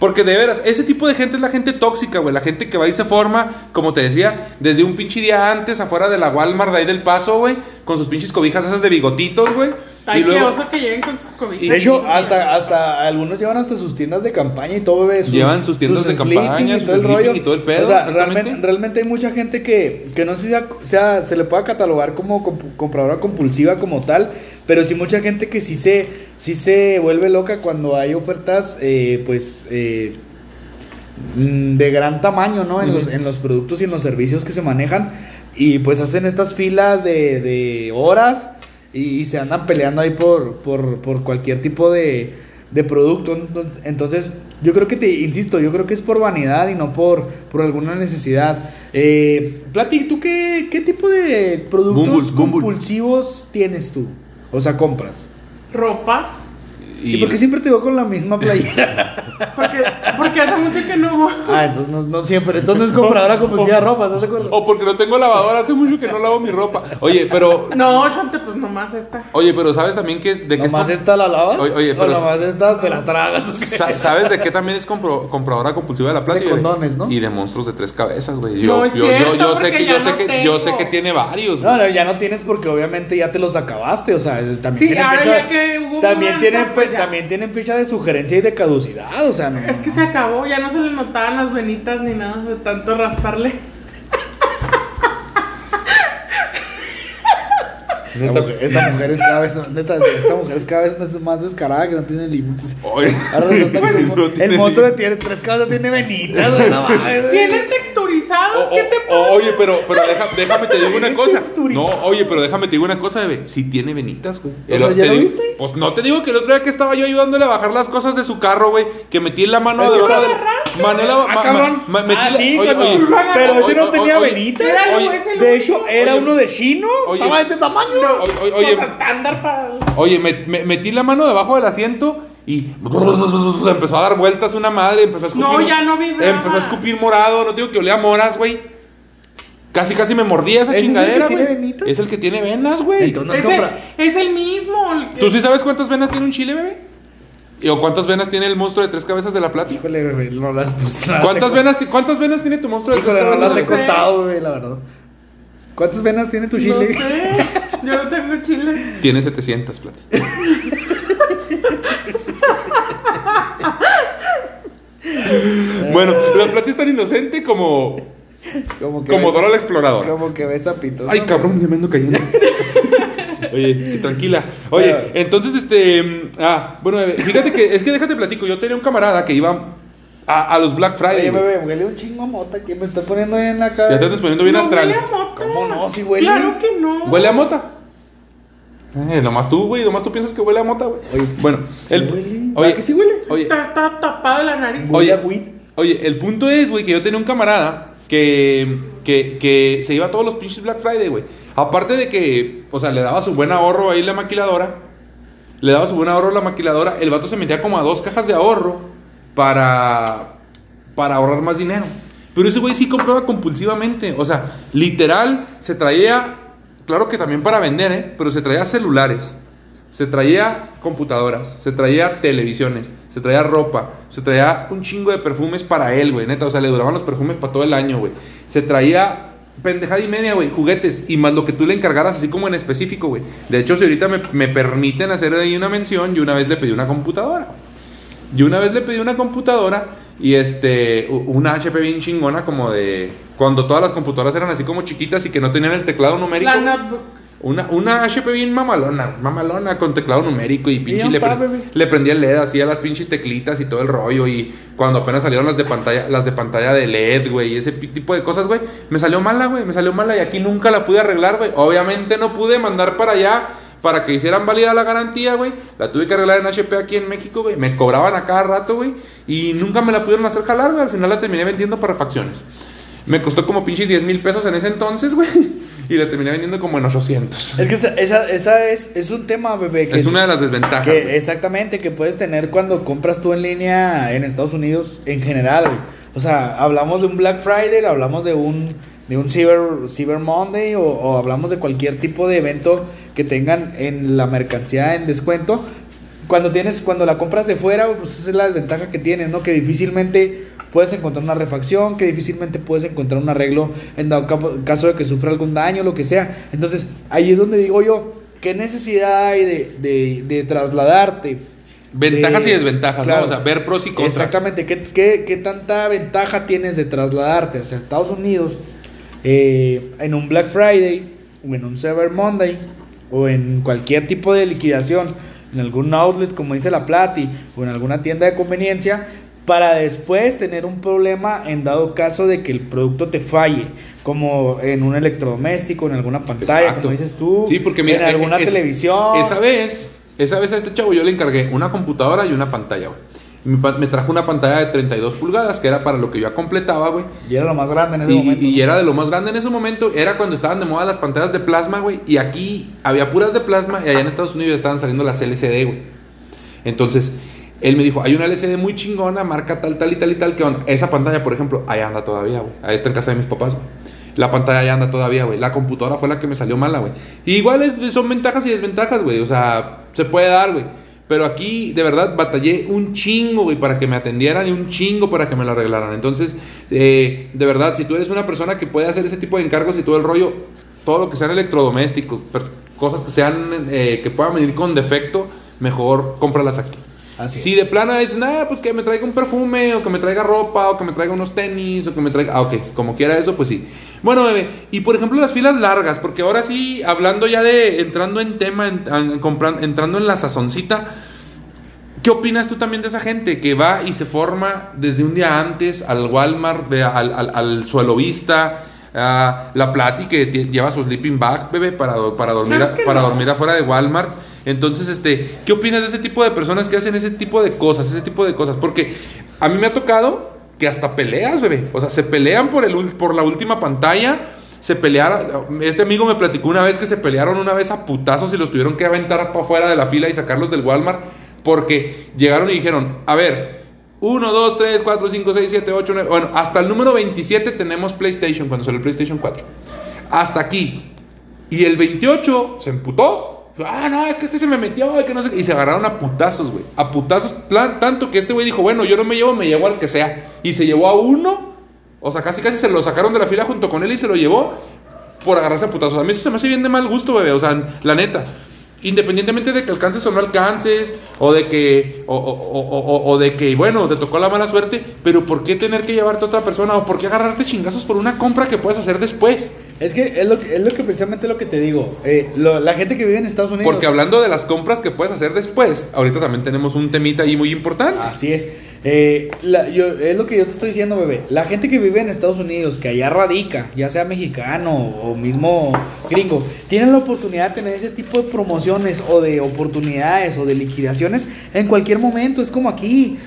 A: Porque de veras, ese tipo de gente es la gente tóxica, güey, la gente que va y se forma, como te decía, desde un pinche día antes afuera de la Walmart de ahí del paso, güey, con sus pinches cobijas esas de bigotitos, güey.
C: Hay que oso que lleguen con sus cobijas.
B: De hecho, hasta, hasta algunos llevan hasta sus tiendas de campaña y todo, bebé. sus-
A: Llevan sus tiendas de
B: sleeping
A: campaña,
B: y
A: sus
B: todo el
A: sleeping
B: rollo.
A: y todo el pedo,
B: O sea,
A: exactamente.
B: realmente, realmente hay mucha gente que, que no sé si sea, sea- se le pueda catalogar como comp- compradora compulsiva como tal, pero sí mucha gente que sí se, sí se vuelve loca cuando hay ofertas, eh, pues... eh, mm, de gran tamaño, ¿no? En, los, en los productos y en los servicios que se manejan. Y pues hacen estas filas de, de horas y, y se andan peleando ahí por, por, por cualquier tipo de, de producto. Entonces- Entonces, yo creo que te, insisto, yo creo que es por vanidad y no por, por alguna necesidad. Eh, Plati, ¿tú qué, qué tipo de productos
A: Bumble, Bumble.
B: compulsivos tienes tú? O sea, compras.
C: Ropa.
B: ¿Y, por qué siempre te veo con la misma playera?
C: Porque, porque hace mucho que no.
B: *laughs* ah, entonces no, no siempre. Entonces es compradora *laughs* compulsiva de ropa, ¿estás de acuerdo?
A: O porque no tengo lavadora, hace mucho que no lavo mi ropa. Oye, pero
C: No, Shante, pues nomás esta.
A: oye, pero sabes también que es de que
B: ¿Nomás
A: es
B: esta la lavas?
A: Oye, oye,
B: ¿O
A: pero-
B: nomás esta te la
A: *laughs*
B: tragas?
A: sa- sabes de qué también es compro- compradora compulsiva de la plata
B: De
A: y
B: condones, ¿no?
A: y de monstruos de tres cabezas, güey.
C: No
A: Yo,
C: es
A: yo, yo-
C: cierto,
A: yo sé
C: porque
A: que
C: ya
A: yo sé
C: no
A: que yo sé
C: tengo.
A: que tiene varios.
B: No,
A: güey.
B: no, ya no tienes porque obviamente ya te los acabaste, o sea, también
C: Sí,
B: tienen
C: ahora
B: fecha-
C: ya que hubo
B: también
C: mudanza,
B: tienen,
C: pues
B: fe-
C: ya.
B: también tienen fecha de sugerencia y de caducidad, o sea, no.
C: Es que se acabó, ya no se le notaban las venitas ni nada de tanto rasparle.
B: Esta mujer, esta mujer es cada vez, neta, esta mujer es cada vez más- más descarada que no tiene límites.
A: Oye.
B: Ahora
A: *laughs*
B: resulta que
A: Pues,
B: el,
A: no
B: mo-
A: tiene
B: el monstruo
A: límites.
B: tiene tres cabezas, tiene venitas,
A: *laughs*
B: güey, no mames, güey.
C: Vienen texturizados,
A: O-
C: ¿qué te
A: o- o- oye,
B: pues,
A: pero, pero deja- déjame te digo una cosa. No,
B: Texturizado.
A: oye, pero déjame te digo una cosa, bebé. Si tiene venitas, güey. El
B: sea,
A: o-
B: ¿ya
A: te
B: lo
A: digo-
B: viste?
A: Pues no te digo que el otro día que estaba yo ayudándole a bajar las cosas de su carro, güey, que metí la mano
B: ¿El que
A: debajo
B: lo
A: del. Mano en la-
B: Ah,
A: ma-
B: cabrón.
A: ma- metí
B: ah,
A: la-
B: sí,
A: oye,
B: cuando-
A: oye,
B: pero
A: oye,
B: ese no
A: oye,
B: tenía
A: oye,
B: venitas.
C: Era el-
A: oye,
C: ese el
B: De
C: único.
B: hecho, era
A: Oye.
B: uno de chino.
A: Oye.
B: Estaba de este tamaño.
C: No,
A: Oye, oye, oye.
C: cosa
B: pues,
C: estándar para.
A: Oye, me- me- metí la mano debajo del asiento y *laughs* empezó a dar vueltas una madre, empezó a escupir.
C: No, ya no vibraba.
A: Empezó a escupir morado, no te digo que olía a moras, güey. Casi casi me mordía esa
B: ¿Ese es el
A: chingadera,
B: que
A: güey.
B: tiene venitas?
A: Es el que tiene venas, güey.
B: Entonces, No es
C: Es,
B: compra.
C: el, es el mismo. el que-
A: ¿Tú sí sabes cuántas venas tiene un chile, bebé? ¿Y- ¿O cuántas venas tiene el monstruo de tres cabezas de la plata?
B: Híjole, güey, no las pues, no las
A: ¿Cuántas
B: he-
A: venas, ti- ¿Cuántas venas tiene tu monstruo de tres
B: Híjole, no
A: cabezas?
B: las
A: de
B: he
A: la plata?
B: contado, güey, la verdad. ¿Cuántas venas tiene tu
C: No
B: chile?
C: sé. Yo no tengo chile.
A: Tiene 700, plata. bueno, la plata es tan inocente como,
B: *laughs* Como que
A: como
B: ves-
A: Dora la exploradora.
B: Como que ves a Pito.
A: Ay, cabrón, ya me ando
B: *laughs*
A: cayendo. Oye, que tranquila. Oye,
B: Pero-
A: entonces, este. mm, Ah, bueno, bebé, fíjate que es que déjate platico. Yo tenía un camarada que iba a, a los Black Friday.
B: Oye,
A: güey.
B: bebé, huele un chingo a mota que me está poniendo bien la cara.
A: Ya te andas poniendo bien
C: no
A: astral.
C: Huele a mota.
B: ¿Cómo no? Sí huele.
C: Claro que no.
A: ¿Huele a mota? Eh, nomás tú, güey. Nomás tú piensas que huele a mota, güey.
B: Oye,
A: Bueno, el.
B: huele? ¿A
A: Oye,
B: que sí huele?
A: Oye,
C: Está, está tapado la nariz.
A: Oye.
B: Huele a weed.
A: Oye, el punto es, güey, que yo tenía un camarada que, que, que se iba a todos los pinches Black Friday, güey. Aparte de que, o sea, le daba su buen ahorro ahí la maquiladora. Le daba su buen ahorro a la maquiladora. El vato se metía como a dos cajas de ahorro para, para ahorrar más dinero. Pero ese güey sí compraba compulsivamente. O sea, literal, se traía, claro que también para vender, ¿eh? Pero se traía celulares. Se traía computadoras, se traía televisiones, se traía ropa, se traía un chingo de perfumes para él, güey, neta. O sea, le duraban los perfumes para todo el año, güey. Se traía pendejada y media, güey, juguetes y más lo que tú le encargaras, así como en específico, güey. De hecho, si ahorita me, me permiten hacer ahí una mención, yo una vez le pedí una computadora. Yo una vez le pedí una computadora y este, u- una HP bien chingona, como de cuando todas las computadoras eran así como chiquitas y que no tenían el teclado numérico.
C: La notebook.
A: Una, una HP bien mamalona, mamalona con teclado numérico y pinche.
B: dónde
A: le,
B: está,
A: pre-
B: bebé?
A: le prendía el LED así a las pinches teclitas y todo el rollo. Y cuando apenas salieron las de pantalla, las de pantalla de LED, güey, y ese pi- tipo de cosas, güey, me salió mala, güey, me salió mala y aquí nunca la pude arreglar, güey. Obviamente no pude mandar para allá para que hicieran válida la garantía, güey. La tuve que arreglar en HP aquí en México, güey. Me cobraban a cada rato, güey. Y nunca me la pudieron hacer jalar, güey. Al final la terminé vendiendo para facciones. Me costó como pinches 10 mil pesos en ese entonces, güey. Y la terminé vendiendo como en 800.
B: Es que esa, esa, esa es, es un tema, bebé. Que
A: Es una de las desventajas.
B: que-
A: güey.
B: exactamente, que puedes tener cuando compras tú en línea en Estados Unidos en general, güey. O sea, hablamos de un Black Friday, hablamos de un, de un Cyber, Cyber Monday o, o hablamos de cualquier tipo de evento que tengan en la mercancía en descuento. Cuando tienes, cuando la compras de fuera, pues esa es la desventaja que tienes, ¿no? Que difícilmente puedes encontrar una refacción, que difícilmente puedes encontrar un arreglo en dado capo- caso de que sufra algún daño, lo que sea. Entonces, ahí es donde digo yo, ¿qué necesidad hay de, de- de trasladarte?
A: Ventajas
B: De-
A: y desventajas,
B: claro.
A: ¿no? O sea, ver pros y contras.
B: Exactamente, ¿Qué, qué, qué tanta ventaja tienes de trasladarte hacia Estados Unidos eh, en un Black Friday o en un Cyber Monday o en cualquier tipo de liquidación, en algún outlet como dice La Plati o en alguna tienda de conveniencia? Para después tener un problema en dado caso de que el producto te falle, como en un electrodoméstico, en alguna pantalla,
A: Exacto.
B: como dices tú,
A: Sí, porque mira,
B: en
A: eh,
B: alguna
A: eh, es-
B: televisión.
A: Esa vez, esa vez a este chavo yo le encargué una computadora y una pantalla, güey. Y Me, pa- me trajo una pantalla de 32 pulgadas, que era para lo que yo ya completaba, güey.
B: Y era lo más grande en ese
A: Y,
B: momento.
A: y
B: ¿no?
A: era de lo más grande en ese momento. Era cuando estaban de moda las pantallas de plasma, güey. Y aquí había puras de plasma y allá en Estados Unidos estaban saliendo las LCD, güey. Entonces, él me dijo, hay una LCD muy chingona, marca tal, tal y tal y tal, que onda? Esa pantalla, por ejemplo, ahí anda todavía, güey. Ahí está en casa de mis papás, güey. La pantalla ahí anda todavía, güey. La computadora fue la que me salió mala, güey. Y Igual es- son ventajas y desventajas, güey. O sea, se puede dar, güey. Pero aquí, de verdad, batallé un chingo, güey, para que me atendieran y un chingo para que me lo arreglaran. Entonces, eh, de verdad, si tú eres una persona que puede hacer ese tipo de encargos y todo el rollo, todo lo que sean electrodomésticos, per- cosas que sean, eh, que puedan venir con defecto, mejor cómpralas aquí.
B: Así
A: Si de plano dices, nada, pues que me traiga un perfume, o que me traiga ropa, o que me traiga unos tenis, o que me traiga. Ah, ok, como quiera eso, pues sí. Bueno, bebé, y por ejemplo las filas largas, porque ahora sí, hablando ya de. entrando en tema, en- en- compran- entrando en la sazoncita. ¿Qué opinas tú también de esa gente que va y se forma desde un día antes al Walmart, de- al, al, al suelo vista, a la Plati que tie- lleva su sleeping bag, bebé, para, do- para, dormir,
C: Claro
A: a-
C: que
A: para
C: no.
A: dormir afuera de Walmart? Entonces, este, ¿qué opinas de ese tipo de personas que hacen ese tipo de cosas, ese tipo de cosas? Porque a mí me ha tocado que hasta peleas, bebé. O sea, se pelean por, el, ul- por la última pantalla. Se pelearon, este amigo me platicó una vez que se pelearon una vez a putazos y los tuvieron que aventar para afuera de la fila y sacarlos del Walmart porque llegaron y dijeron, a ver, 1, 2, 3, 4, 5, 6, 7, 8, 9, bueno, hasta el número 27 tenemos PlayStation, cuando salió el PlayStation 4. Hasta aquí. Y el 28 se emputó. Ah, no, es que este se me metió y que no sé qué. Y se agarraron a putazos, güey. A putazos, plan- tanto que este güey dijo, bueno, yo no me llevo, me llevo al que sea. Y se llevó a uno, o sea, casi casi se lo sacaron de la fila junto con él y se lo llevó por agarrarse a putazos. A mí eso se me hace bien de mal gusto, bebé. O sea, la neta. Independientemente de que alcances o no alcances, o de que, o, o- o- o- o de que, bueno, te tocó la mala suerte, pero ¿por qué tener que llevarte a otra persona? ¿O por qué agarrarte chingazos por una compra que puedes hacer después?
B: Es que es lo que, es lo que precisamente lo que te digo. Eh, lo- la gente que vive en Estados Unidos.
A: Porque hablando de las compras que puedes hacer después, ahorita también tenemos un temita ahí muy importante.
B: Así es. Eh, la- yo, es lo que yo te estoy diciendo, bebé. La gente que vive en Estados Unidos, que allá radica, ya sea mexicano o mismo gringo, tienen la oportunidad de tener ese tipo de promociones o de oportunidades o de liquidaciones en cualquier momento. Es como aquí.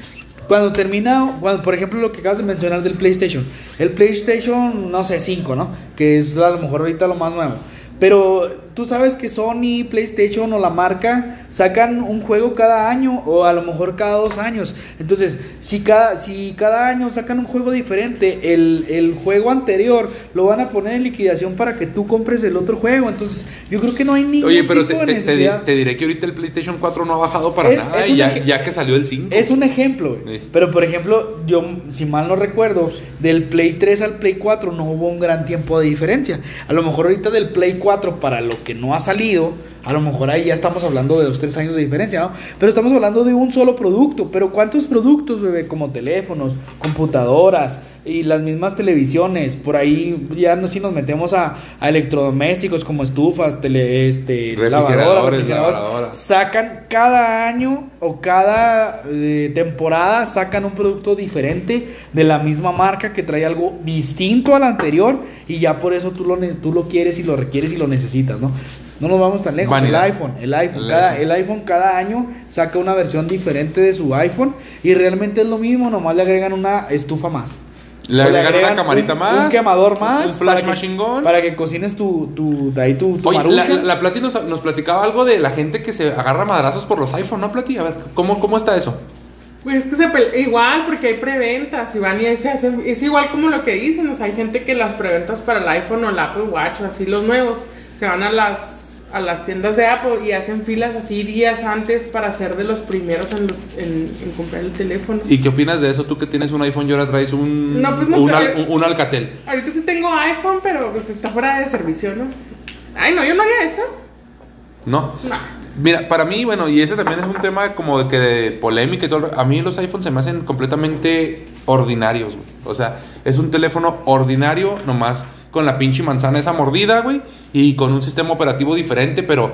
B: Cuando termina, cuando, por ejemplo, lo que acabas de mencionar del PlayStation. El PlayStation, no sé, 5, ¿no? Que es a lo mejor ahorita lo más nuevo. Pero tú sabes que Sony, PlayStation o la marca sacan un juego cada año o a lo mejor cada dos años. Entonces, si cada, si cada año sacan un juego diferente, el, el juego anterior lo van a poner en liquidación para que tú compres el otro juego. Entonces, yo creo que no hay ningún
A: Oye, pero te,
B: tipo
A: te-
B: de
A: te di-
B: necesidad.
A: te diré que ahorita el PlayStation 4 no ha bajado para
B: Es-
A: nada,
B: es
A: y
B: un
A: ya,
B: eje-
A: ya que salió el 5.
B: Es un ejemplo, güey.
A: Sí.
B: pero por ejemplo, yo, si mal no recuerdo, del Play 3 al Play 4 no hubo un gran tiempo de diferencia. A lo mejor ahorita del Play 4 para lo que no ha salido, a lo mejor ahí ya estamos hablando de los tres años de diferencia, ¿no? Pero estamos hablando de un solo producto, pero ¿cuántos productos, bebé? Como teléfonos, computadoras y las mismas televisiones, por ahí ya no si nos metemos a, a electrodomésticos como estufas, tele, este,
A: Refrigeradores,
B: lavadoras, refrigeradoras,
A: lavadoras.
B: sacan cada año o cada eh, temporada sacan un producto diferente de la misma marca que trae algo distinto al anterior y ya por eso tú lo ne- tú lo quieres y lo requieres y lo necesitas, ¿no? No nos vamos tan lejos.
A: Vanidad.
B: El iPhone, el iPhone,
A: El
B: cada,
A: iPhone.
B: el iPhone cada año saca una versión diferente de su iPhone y realmente es lo mismo, nomás le agregan una estufa más.
A: Le
B: O
A: agregan una camarita
B: un-
A: más,
B: un quemador más,
A: un flash
B: para que-
A: machine gun.
B: para que cocines tu tu de ahí tu, tu
A: Oye, la,
B: maruchan.
A: la, la Plati nos, nos platicaba algo de la gente que se agarra a madrazos por los iPhone, ¿no, Plati? A ver, ¿cómo, cómo está eso?
C: Pues es que se pele- igual, porque hay preventas, y van y ahí se hacen. Es igual como lo que dicen, o sea, hay gente que las preventas para el iPhone o el Apple Watch o así los nuevos, se van a las, a las tiendas de Apple y hacen filas así días antes para ser de los primeros en, los- en- en comprar el teléfono.
A: ¿Y qué opinas de eso? Tú que tienes un iPhone y ahora traes un,
C: No, pues no
A: un,
C: sé.
A: al- un- un Alcatel.
C: Ahorita sí tengo iPhone, pero pues está fuera de servicio, ¿no? Ay, no, yo no haría eso.
A: ¿No?
C: No.
A: Mira, para mí, bueno, y ese también es un tema como de que de polémica y todo. A mí los iPhones se me hacen completamente ordinarios, güey. O sea, es un teléfono ordinario, nomás con la pinche manzana esa mordida, güey, y con un sistema operativo diferente, pero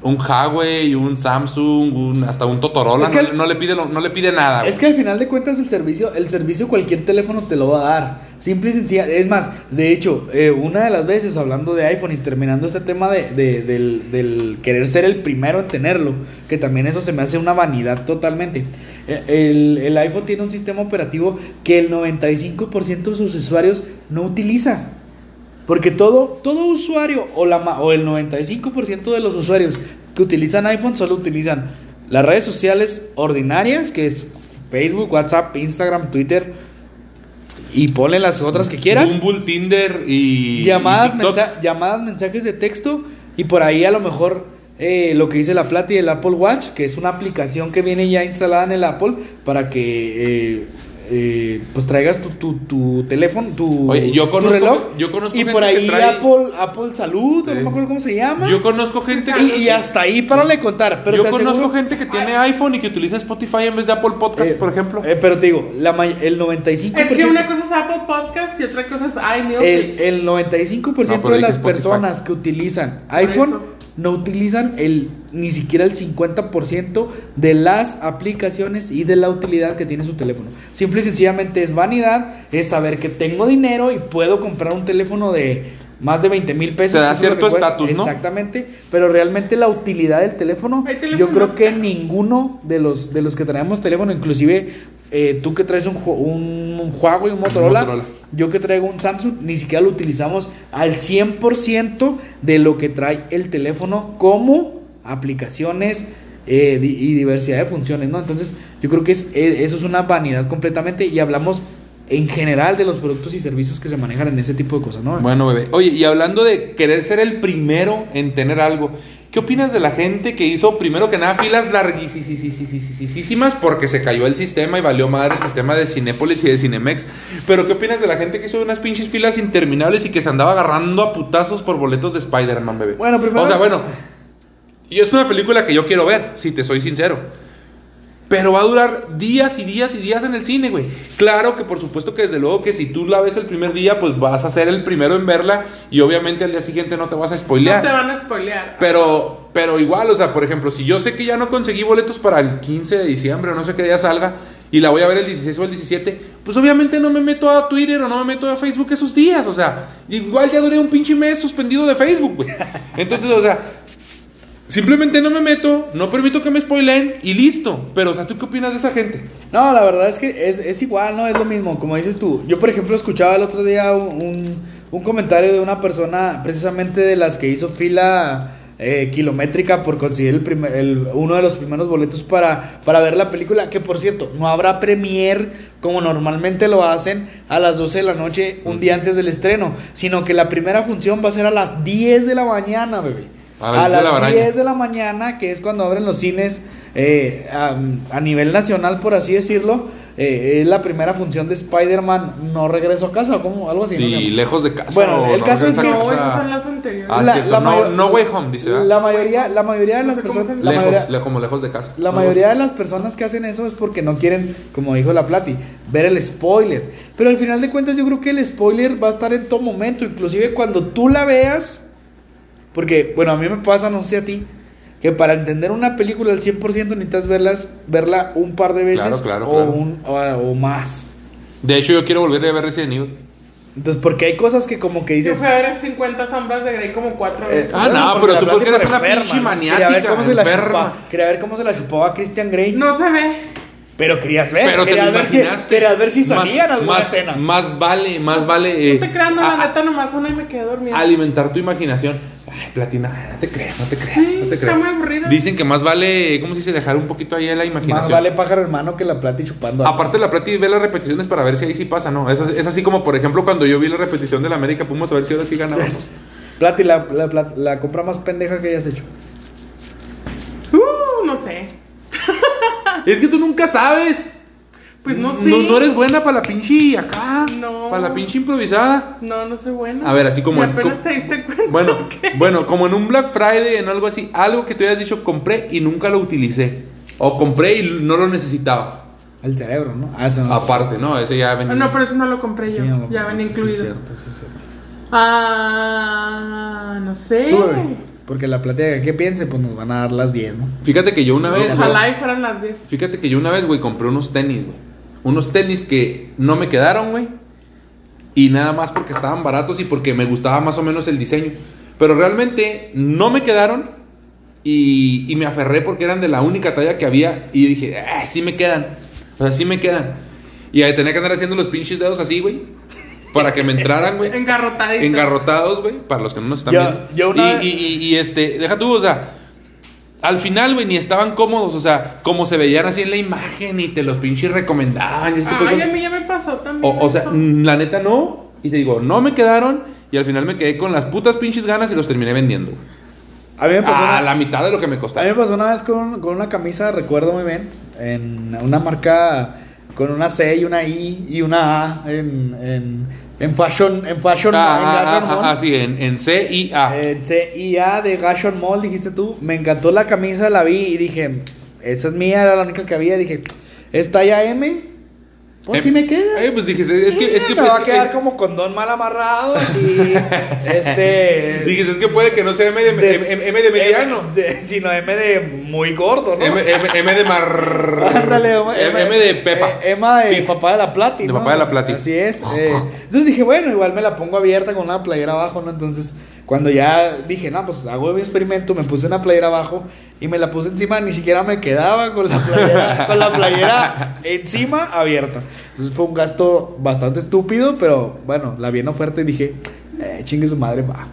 A: un Huawei, un Samsung, un- hasta un Totorola,
B: Es que
A: no,
B: el-
A: no le pide lo- no le pide nada, güey.
B: Es que al final de cuentas el servicio, el servicio cualquier teléfono te lo va a dar. Simple y sencilla. Es más, de hecho, eh, una de las veces hablando de iPhone y terminando este tema de, de- del, del querer ser el primero en tenerlo, que también eso se me hace una vanidad totalmente. Eh, El, el iPhone tiene un sistema operativo que el 95% de sus usuarios no utiliza. Porque todo, todo usuario o, la, ma- o el 95% de los usuarios que utilizan iPhone solo utilizan Las redes sociales ordinarias, que es Facebook, WhatsApp, Instagram, Twitter, y ponle las otras que quieras.
A: Bumble, Tinder y.
B: llamadas,
A: y TikTok.
B: mensa- llamadas, mensajes de texto y por ahí a lo mejor eh, lo que dice la Plata y el Apple Watch, que es una aplicación que viene ya instalada en el Apple para que eh, eh, pues traigas tu, tu, tu teléfono, tu,
A: Oye, yo
B: tu
A: conozco-
B: reloj
A: yo conozco
B: y
A: gente
B: por
A: que
B: ahí
A: trae-
B: Apple, Apple Salud, no
A: Sí.
B: me acuerdo cómo se llama.
A: Yo conozco gente que.
B: y, Ah, y hasta ahí para le contar. Pero
A: yo
B: te
A: conozco
B: aseguro-
A: gente que tiene iPhone y que utiliza Spotify en vez de Apple Podcast,
B: Eh,
A: por ejemplo.
B: eh, pero te digo, la may- el 95%.
C: Es que una cosa es Apple Podcast y otra cosa es iMusic.
B: El, el 95%
A: No, pero
B: de
A: dije
B: las
A: Spotify.
B: personas que utilizan iPhone
C: eso.
B: no utilizan el ni siquiera el 50% de las aplicaciones y de la utilidad que tiene su teléfono. Simple y sencillamente es vanidad, es saber que tengo dinero y puedo comprar un teléfono de más de 20 mil
A: Te
B: pesos.
A: da
B: que es lo que
A: cierto
B: cuesta.
A: estatus, ¿no?
B: Exactamente, pero realmente la utilidad del teléfono,
C: Hay teléfonos
B: yo creo que
C: caros.
B: ninguno de los, de los que traemos teléfono, inclusive eh, tú que traes un, Ju- un Huawei, un Motorola,
A: Motorola.
B: yo que traigo un Samsung, ni siquiera lo utilizamos al 100% de lo que trae el teléfono como aplicaciones eh, di- y diversidad de funciones, ¿no? Entonces, yo creo que es, eh, eso es una vanidad completamente y hablamos en general de los productos y servicios que se manejan en ese tipo de cosas, ¿no?
A: Bueno, bebé. Oye, y hablando de querer ser el primero en tener algo, ¿qué opinas de la gente que hizo primero que nada filas larguísimas porque se cayó el sistema y valió madre el sistema de Cinépolis y de Cinemex? Pero ¿qué opinas de la gente que hizo unas pinches filas interminables y que se andaba agarrando a putazos por boletos de Spider-Man, bebé?
B: Bueno, primero-
A: O sea, bueno, y es una película que yo quiero ver, si te soy sincero. Pero va a durar días y días y días en el cine, güey. Claro que por supuesto que desde luego que si tú la ves el primer día, pues vas a ser el primero en verla y obviamente al día siguiente no te vas a
C: no
A: spoilear.
C: te van a spoilear.
A: Pero, pero igual, o sea, por ejemplo, si yo sé que ya no conseguí boletos para el 15 de diciembre o no sé qué día salga y la voy a ver el 16 o el 17, pues obviamente no me meto a Twitter o no me meto a Facebook esos días, o sea, igual ya duré un pinche mes suspendido de Facebook, güey. Entonces, o sea, simplemente no me meto, no permito que me spoilen y listo. Pero, o sea, ¿tú qué opinas de esa gente?
B: No, la verdad es que es, es igual, ¿no? Es lo mismo, como dices tú. Yo, por ejemplo, escuchaba el otro día un, un- un comentario de una persona, precisamente de las que hizo fila eh, kilométrica por conseguir el primer- el- uno de los primeros boletos para, para ver la película, que por cierto, no habrá premier como normalmente lo hacen a las 12 de la noche un día antes del estreno, sino que la primera función va a ser a las 10 de la mañana, bebé.
A: A las 10 de la baraña.
B: 10 de de la mañana, que es cuando abren los cines eh, a, a nivel nacional, por así decirlo, eh, es la primera función de Spider-Man, no regreso a casa, o como algo así. no sé.
A: lejos de casa.
B: Bueno,
A: o
B: el
A: no
B: caso
A: sé,
B: es
A: esa
B: que-
C: no,
A: casa-
C: esas son las anteriores.
A: Ah, cierto, no-
B: mayor-
A: no way home, dice, ¿verdad?
B: La mayoría, la mayoría de
C: No
B: las
C: sé cómo
B: personas...
C: se-
B: La
A: lejos,
B: mayoría,
A: le- como lejos de casa.
B: la mayoría de las personas que hacen eso es porque no quieren, como dijo la Plati, ver el spoiler. Pero al final de cuentas yo creo que el spoiler va a estar en todo momento, inclusive cuando tú la veas, porque bueno, a mí me pasa, no sé a ti, que para entender una película al 100% necesitas verlas, verla un par de veces
A: Claro, claro,
B: o,
A: claro.
B: un- o- o más.
A: De hecho, yo quiero volver a ver Resident Evil.
B: Entonces, porque hay cosas que como que
C: Yo
B: dices...
C: fui a ver 50 sombras de Grey como cuatro
B: Eh,
C: veces.
A: Ah, no,
B: porque
A: pero tú
B: la
A: porque
B: Plati
A: eres una
B: enferma,
A: pinche
B: ¿no?
A: maniática,
B: Quería ver cómo se la
A: enferma.
B: chupaba- quería ver cómo se la chupaba a Christian Grey.
C: no se ve.
B: Pero querías ver,
A: Pero te lo
B: querías, ver si,
A: imaginaste.
B: querías ver si salían
A: más,
B: alguna
A: más,
B: escena.
A: Más vale, más vale. eh,
C: No te creas, no,
A: a-
C: la neta, nomás una y me quedé dormida.
A: a- alimentar tu imaginación. Ay, Platina, no te creas, no te creas,
C: Sí,
A: no te
C: está
A: creas.
C: muy aburrido.
A: Dicen que más vale, ¿cómo se dice? Dejar un poquito ahí a la imaginación.
B: Más vale pájaro hermano que la plata y chupando. algo.
A: Aparte la práctica ve las repeticiones para ver si ahí sí pasa, ¿no? Eso es, es así como, por ejemplo, cuando yo vi la repetición del América Pumas, a ver si ahora sí
C: *laughs*
A: ganábamos.
B: Plati, la, la, la- la compra más pendeja que hayas hecho.
C: Uh, no sé.
A: es que tú nunca sabes.
C: Pues no sé.
A: No, no eres buena para la pinche acá.
C: No.
A: Para la pinche improvisada.
C: No, no soy buena.
A: A ver, así como
C: Y
A: en-
C: apenas
A: co-
C: te diste cuenta. *laughs*
A: Bueno,
C: que-
A: bueno, como en un Black Friday, en algo así, algo que tú hayas dicho, compré y nunca lo utilicé. O compré y no lo necesitaba.
B: El cerebro, ¿no? Ah, eso no.
A: Aparte, ¿no? Ese ya venía.
C: Ah, No, pero eso no lo compré
B: Sí,
C: yo.
B: no,
C: ya
B: no,
C: venía
B: sí,
C: incluido.
B: Sí, cierto, sí, cierto.
C: Ah, no sé.
B: Tú, bebé, porque la plática que piense, pues nos van a dar las 10, ¿no?
A: Fíjate que yo una vez.
C: Ojalá y fueran las 10.
A: Fíjate que yo una vez, güey, compré unos tenis, güey. Unos tenis que no me quedaron, güey. Y nada más porque estaban baratos y porque me gustaba más o menos el diseño. Pero realmente no me quedaron y, y me aferré porque eran de la única talla que había. Y dije, ah, sí me quedan. O sea, sí me quedan. Y ahí tenía que andar haciendo los pinches dedos así, güey. Para que me entraran, güey
C: Engarrotaditas.
A: engarrotados, güey, para los que no nos están
B: Yo-
A: viendo.
B: yo una
A: y,
B: vez-
A: y- y- y, este, deja tú, o sea, al final, güey, ni estaban cómodos. O sea, como se veían así en la imagen y te los pinches recomendaban. y ese tipo de
C: Ay, a
A: cosas.
C: mí ya me pasó también.
A: O, o sea,
C: eso.
A: mm, la neta no. Y te digo, no me quedaron. Y al final me quedé con las putas pinches ganas y los terminé vendiendo. güey.
B: A mí me pasó
A: A
B: una-
A: Ah, la mitad de lo que me costaba.
B: A mí me pasó una vez con, con una camisa, recuerdo muy bien, en una marca con una C y una I y una A en, en, en Fashion, en fashion,
A: Ah,
B: en
A: ah, ah,
B: Fashion
A: ah,
B: Mall.
A: ah, sí, en, en C y A.
B: En Eh, C y A de Fashion Mall, dijiste tú. Me encantó la camisa, la vi y dije, esa es mía, era la única que había. Dije, ¿es talla M? Pues
A: Eh,
B: si me queda.
A: eh, pues dije, es que, es que,
B: me
A: pues,
B: va a quedar
A: eh,
B: como condón mal
A: *laughs*
B: amarrado, así, este...
A: Dije, es que puede que no sea M de,
B: de-
A: M- M- M de mediano.
B: M de- sino M de muy gordo, ¿no?
A: M, M- M
B: *laughs*
A: de mar.
B: Ándale,
A: M, M Em- de Pepa.
B: eh, Emma de
A: Pip.
B: papá de la Plati.
A: De
B: ¿no?
A: papá de la Plati. Oh.
B: Así es. eh, entonces dije, bueno, igual me la pongo abierta con una playera abajo, ¿no? Entonces, cuando ya dije, no, pues hago mi experimento, me puse una playera abajo y me la puse encima, ni siquiera me quedaba con la
A: *laughs*
B: playera, con la playera encima abierta. Entonces fue un gasto bastante estúpido, pero bueno, la vi en oferta y dije, eh, chingue su madre, va.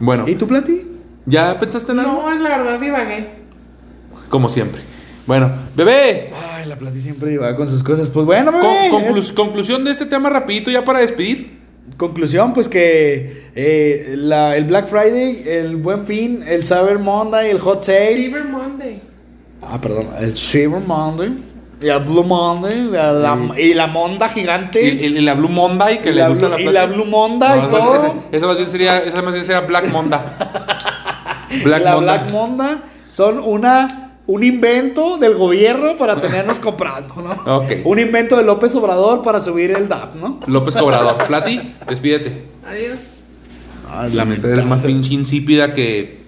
A: Bueno,
B: ¿Y tú, Plati?
A: ¿ya pensaste en algo?
C: No, la verdad divagué.
A: Como siempre. Bueno, bebé,
B: Ay, la Plati siempre llevaba con sus cosas. Pues bueno,
A: con-
B: bebé,
A: conclus- conclusión de este tema rapidito ya para despedir.
B: Conclusión, pues que eh, la- el Black Friday, el Buen Fin, el Cyber Monday, el Hot Sale.
C: Cyber Monday.
B: Ah, perdón, el Cyber Monday. Y el Blue Monday, la- la- y la Monda
A: Y,
B: gigante.
A: y- y la Blue Monday que
B: Y
A: le
B: la
A: gusta
B: Blue-
A: la
B: y
A: Plati.
B: la Blue Monday y
A: esa-
B: todo.
A: Esa, esa más bien sería, esa más bien sería Black
B: *laughs*
A: Monda. Black
B: la
A: Monda.
B: Black Monda son una, un invento del gobierno para tenernos comprando,
A: *laughs*
B: ¿no?
A: Ok.
B: Un invento de López Obrador para subir el DAP, ¿no?
A: López Cobrador. Plati, despídete.
C: Adiós.
A: Lamento eres más pinche insípida que.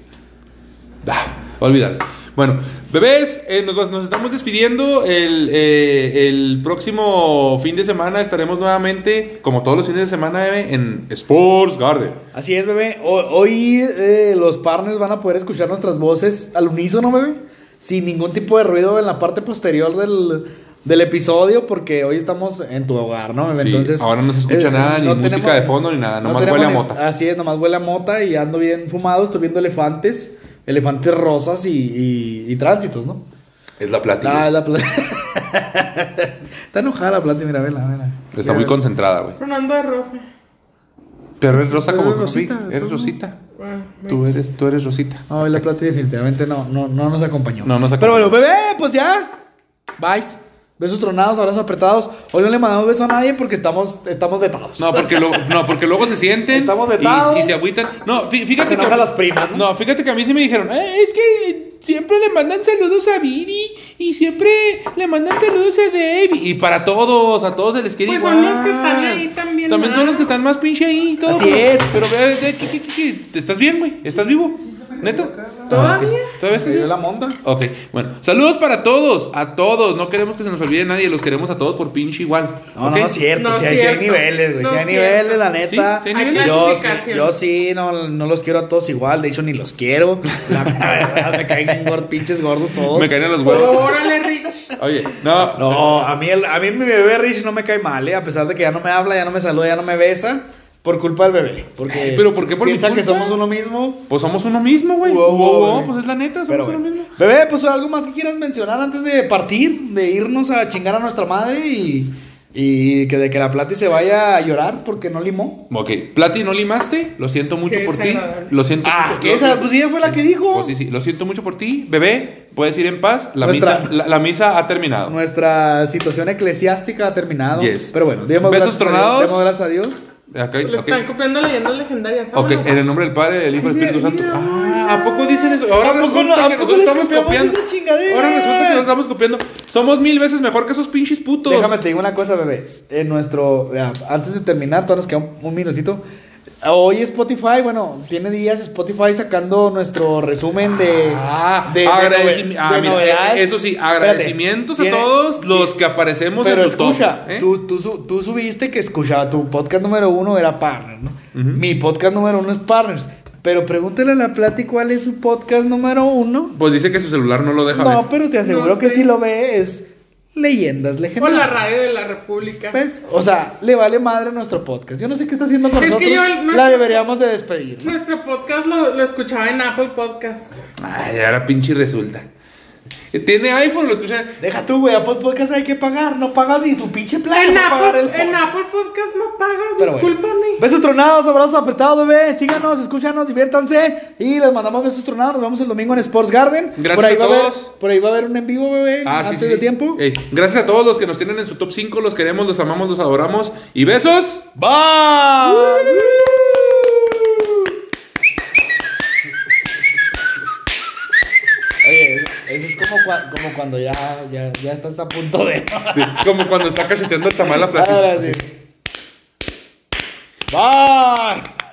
A: Ah, olvídalo. Bueno, bebés, eh, nos, vas- nos estamos despidiendo. El, eh, el próximo fin de semana estaremos nuevamente, como todos los fines de semana, bebé, en Sports Garden.
B: Así es, bebé. Ho- hoy eh, los partners van a poder escuchar nuestras voces al unísono, bebé. Sin ningún tipo de ruido en la parte posterior del, del episodio, porque hoy estamos en tu hogar, ¿no, eh, bebé?
A: Sí, ahora no se escucha nada, ni música de fondo, ni nada, nomás
B: tenemos
A: huele a
B: ni-
A: mota.
B: Así es, nomás huele a mota y ando bien fumado, estoy viendo elefantes, elefantes rosas y, y- y tránsitos, ¿no?
A: Es la plática.
B: La, la pla- *laughs* Está enojada la planta, mira, vela, vela.
A: Está muy
B: Mira,
A: concentrada, güey.
C: Fernando de Rosa.
A: Pero eres rosa
B: Pero
A: como
B: eres rosita,
A: Rosita.
B: tú
A: Eres
B: no.
A: rosita.
C: Bueno, me-
A: Tú eres, tú eres rosita.
B: No, la plata definitivamente no, no, no nos acompañó.
A: No nos acompañó.
B: Pero bueno, bebé, pues ya. Bye. Besos tronados, abrazos apretados. Hoy no le mandamos beso a nadie porque estamos, estamos vetados.
A: No porque, lo- no, porque luego se sienten
B: Estamos vetados.
A: y, y se agüitan. No, fí-
B: Se
A: fíjate que.
B: enojan las primas, ¿no?
A: ¿no? fíjate que a mí sí me dijeron, "Eh, es que eh, siempre le mandan saludos a Viri y siempre le mandan saludos a Debbie. Y para todos, a todos se les quiere
C: Pues
A: igual.
C: son los que están ahí también,
A: También son
C: ¿no?
A: los que están más pinche ahí y todo.
B: Así
A: pero-
B: es.
A: Pero, eh, eh, ¿qué, qué, qué, qué? ¿estás bien, güey? ¿Estás vivo? ¿Neta? Ah,
C: ¿Todavía?
A: ¿Todavía
B: *laughs* Se
A: estás
B: dio
A: vivo?
B: la monda.
A: Ok, bueno, saludos para todos, a todos, no queremos que se nos olvide nadie, los queremos a todos por pinche igual.
B: No,
A: ¿ok?
B: no, no es cierto.
C: No
B: sí,
C: es
B: hay, sí hay
C: cierto.
B: niveles, güey.
C: No
B: sí hay
C: es
B: niveles,
C: cierto.
B: la neta.
A: Sí, sí hay
C: Hay
A: niveles.
B: Yo, sí-
C: clasificación.
B: yo sí, no, no los quiero a todos igual. De hecho, ni los quiero. La *laughs* verdad, me caen gor- pinches gordos todos.
A: Me caen a los huevos.
C: Órale, Rich.
A: Oye, no,
B: No, a mí, el- a mí mi bebé Rich no me cae mal, ¿eh? A pesar de que ya no me habla, ya no me saluda, ya no me besa. Por culpa del bebé. Porque
A: Ay, pero ¿por qué por mi
B: piensa que
A: culpa?
B: somos uno mismo.
A: Pues somos uno mismo, güey.
B: Wow,
A: Wow,
B: wow, güey.
A: pues es la neta,
B: Pero
A: somos uno
B: bueno.
A: mismo.
B: Bebé, pues algo más que quieras mencionar antes de partir, de irnos a chingar a nuestra madre y, y que de que la Plati se vaya a llorar porque no limó.
A: Ok, Plati, no limaste, lo siento mucho
C: Qué
A: por ti.
C: desagradable.
A: Lo siento
B: Ah,
A: mucho.
B: que
A: lo-
B: esa,
A: lo-
B: pues ella fue la que dijo.
A: Pues sí, sí, lo siento mucho por ti, bebé. Puedes ir en paz, la,
B: Nuestra-
A: misa, la, la misa ha terminado.
B: Nuestra situación eclesiástica ha terminado.
A: Yes.
B: Pero bueno, demos
A: Besos
B: gracias, a Dios,
A: tronados.
B: demos gracias a Dios.
A: Ok,
C: Le
A: ok.
C: Pues están copiando leyendas legendarias.
A: Ok,
C: Vámonos.
A: en el nombre del Padre, del Hijo y del Espíritu Santo.
B: Mira, mira.
A: Ah, ¿a poco dicen eso? Ahora
B: ¿A poco
A: resulta
B: no- a
A: que
B: poco
A: nosotros
B: les
A: estamos
B: copiamos
A: copiando.
B: esa chingadera?
A: Ahora resulta que nos estamos copiando. Somos mil veces mejor que esos pinches putos.
B: Déjame te digo una cosa, bebé. En nuestro. ya, Antes de terminar, todavía nos queda un, un minutito. Hoy Spotify, bueno, tiene días Spotify sacando nuestro resumen de.
A: Ah,
B: de- de
A: agradecimi-
B: nove-
A: ah,
B: de
A: mira,
B: novedades.
A: Eso sí,
B: Espérate,
A: agradecimientos
B: tiene-
A: a todos los que aparecemos
B: Pero
A: en su top,
B: escucha,
A: ¿eh?
B: tú, tú, su- tú subiste que escuchaba tu podcast número uno era Partners, ¿no?
A: Ujú.
B: Mi podcast número uno es Partners. Pero pregúntale a la Plati cuál es su podcast número uno.
A: Pues dice que su celular no lo deja
B: No,
A: ver.
B: pero te aseguro
C: No
B: que
C: sé.
B: si lo ve es leyendas
C: O
B: legendarias.
C: la radio de la República.
B: Pues, o sea, le vale madre nuestro podcast. Yo no sé qué está haciendo con
C: Es que
B: nosotros.
C: yo- no-
B: La deberíamos de despedir.
C: Nuestro podcast lo, lo escuchaba en Apple Podcast.
A: Ay, ahora pinche resulta. Eh, Tiene iPhone, lo escuchan.
B: Deja tú, güey, a Pod Podcast hay que pagar. No pagas ni su pinche plan.
C: En
B: No pagar
C: Apple,
B: el
C: en
B: podcast.
C: Apple Podcast no pagas,
B: Pero bueno. Pues
C: discúlpame.
B: Besos tronados, abrazos apretados, bebé. Síganos, escúchanos, diviértanse. Y les mandamos besos tronados. Nos vemos el domingo en Sports Garden.
A: Gracias
B: por ahí
A: a
B: va
A: todos.
B: haber- por ahí va a haber un en vivo, bebé.
A: Ah, sí,
B: antes
A: sí,
B: de
A: sí.
B: tiempo.
A: Ey, gracias a todos los que nos tienen en su top 5. Los queremos, los amamos, los adoramos. Y besos.
B: Bye. Oye, eso- eso es como, cua- como cuando ya, ya, ya estás a punto de. *laughs*
A: Sí, como cuando está cacheteando el tamal a platito.
B: Ahora sí. Bye.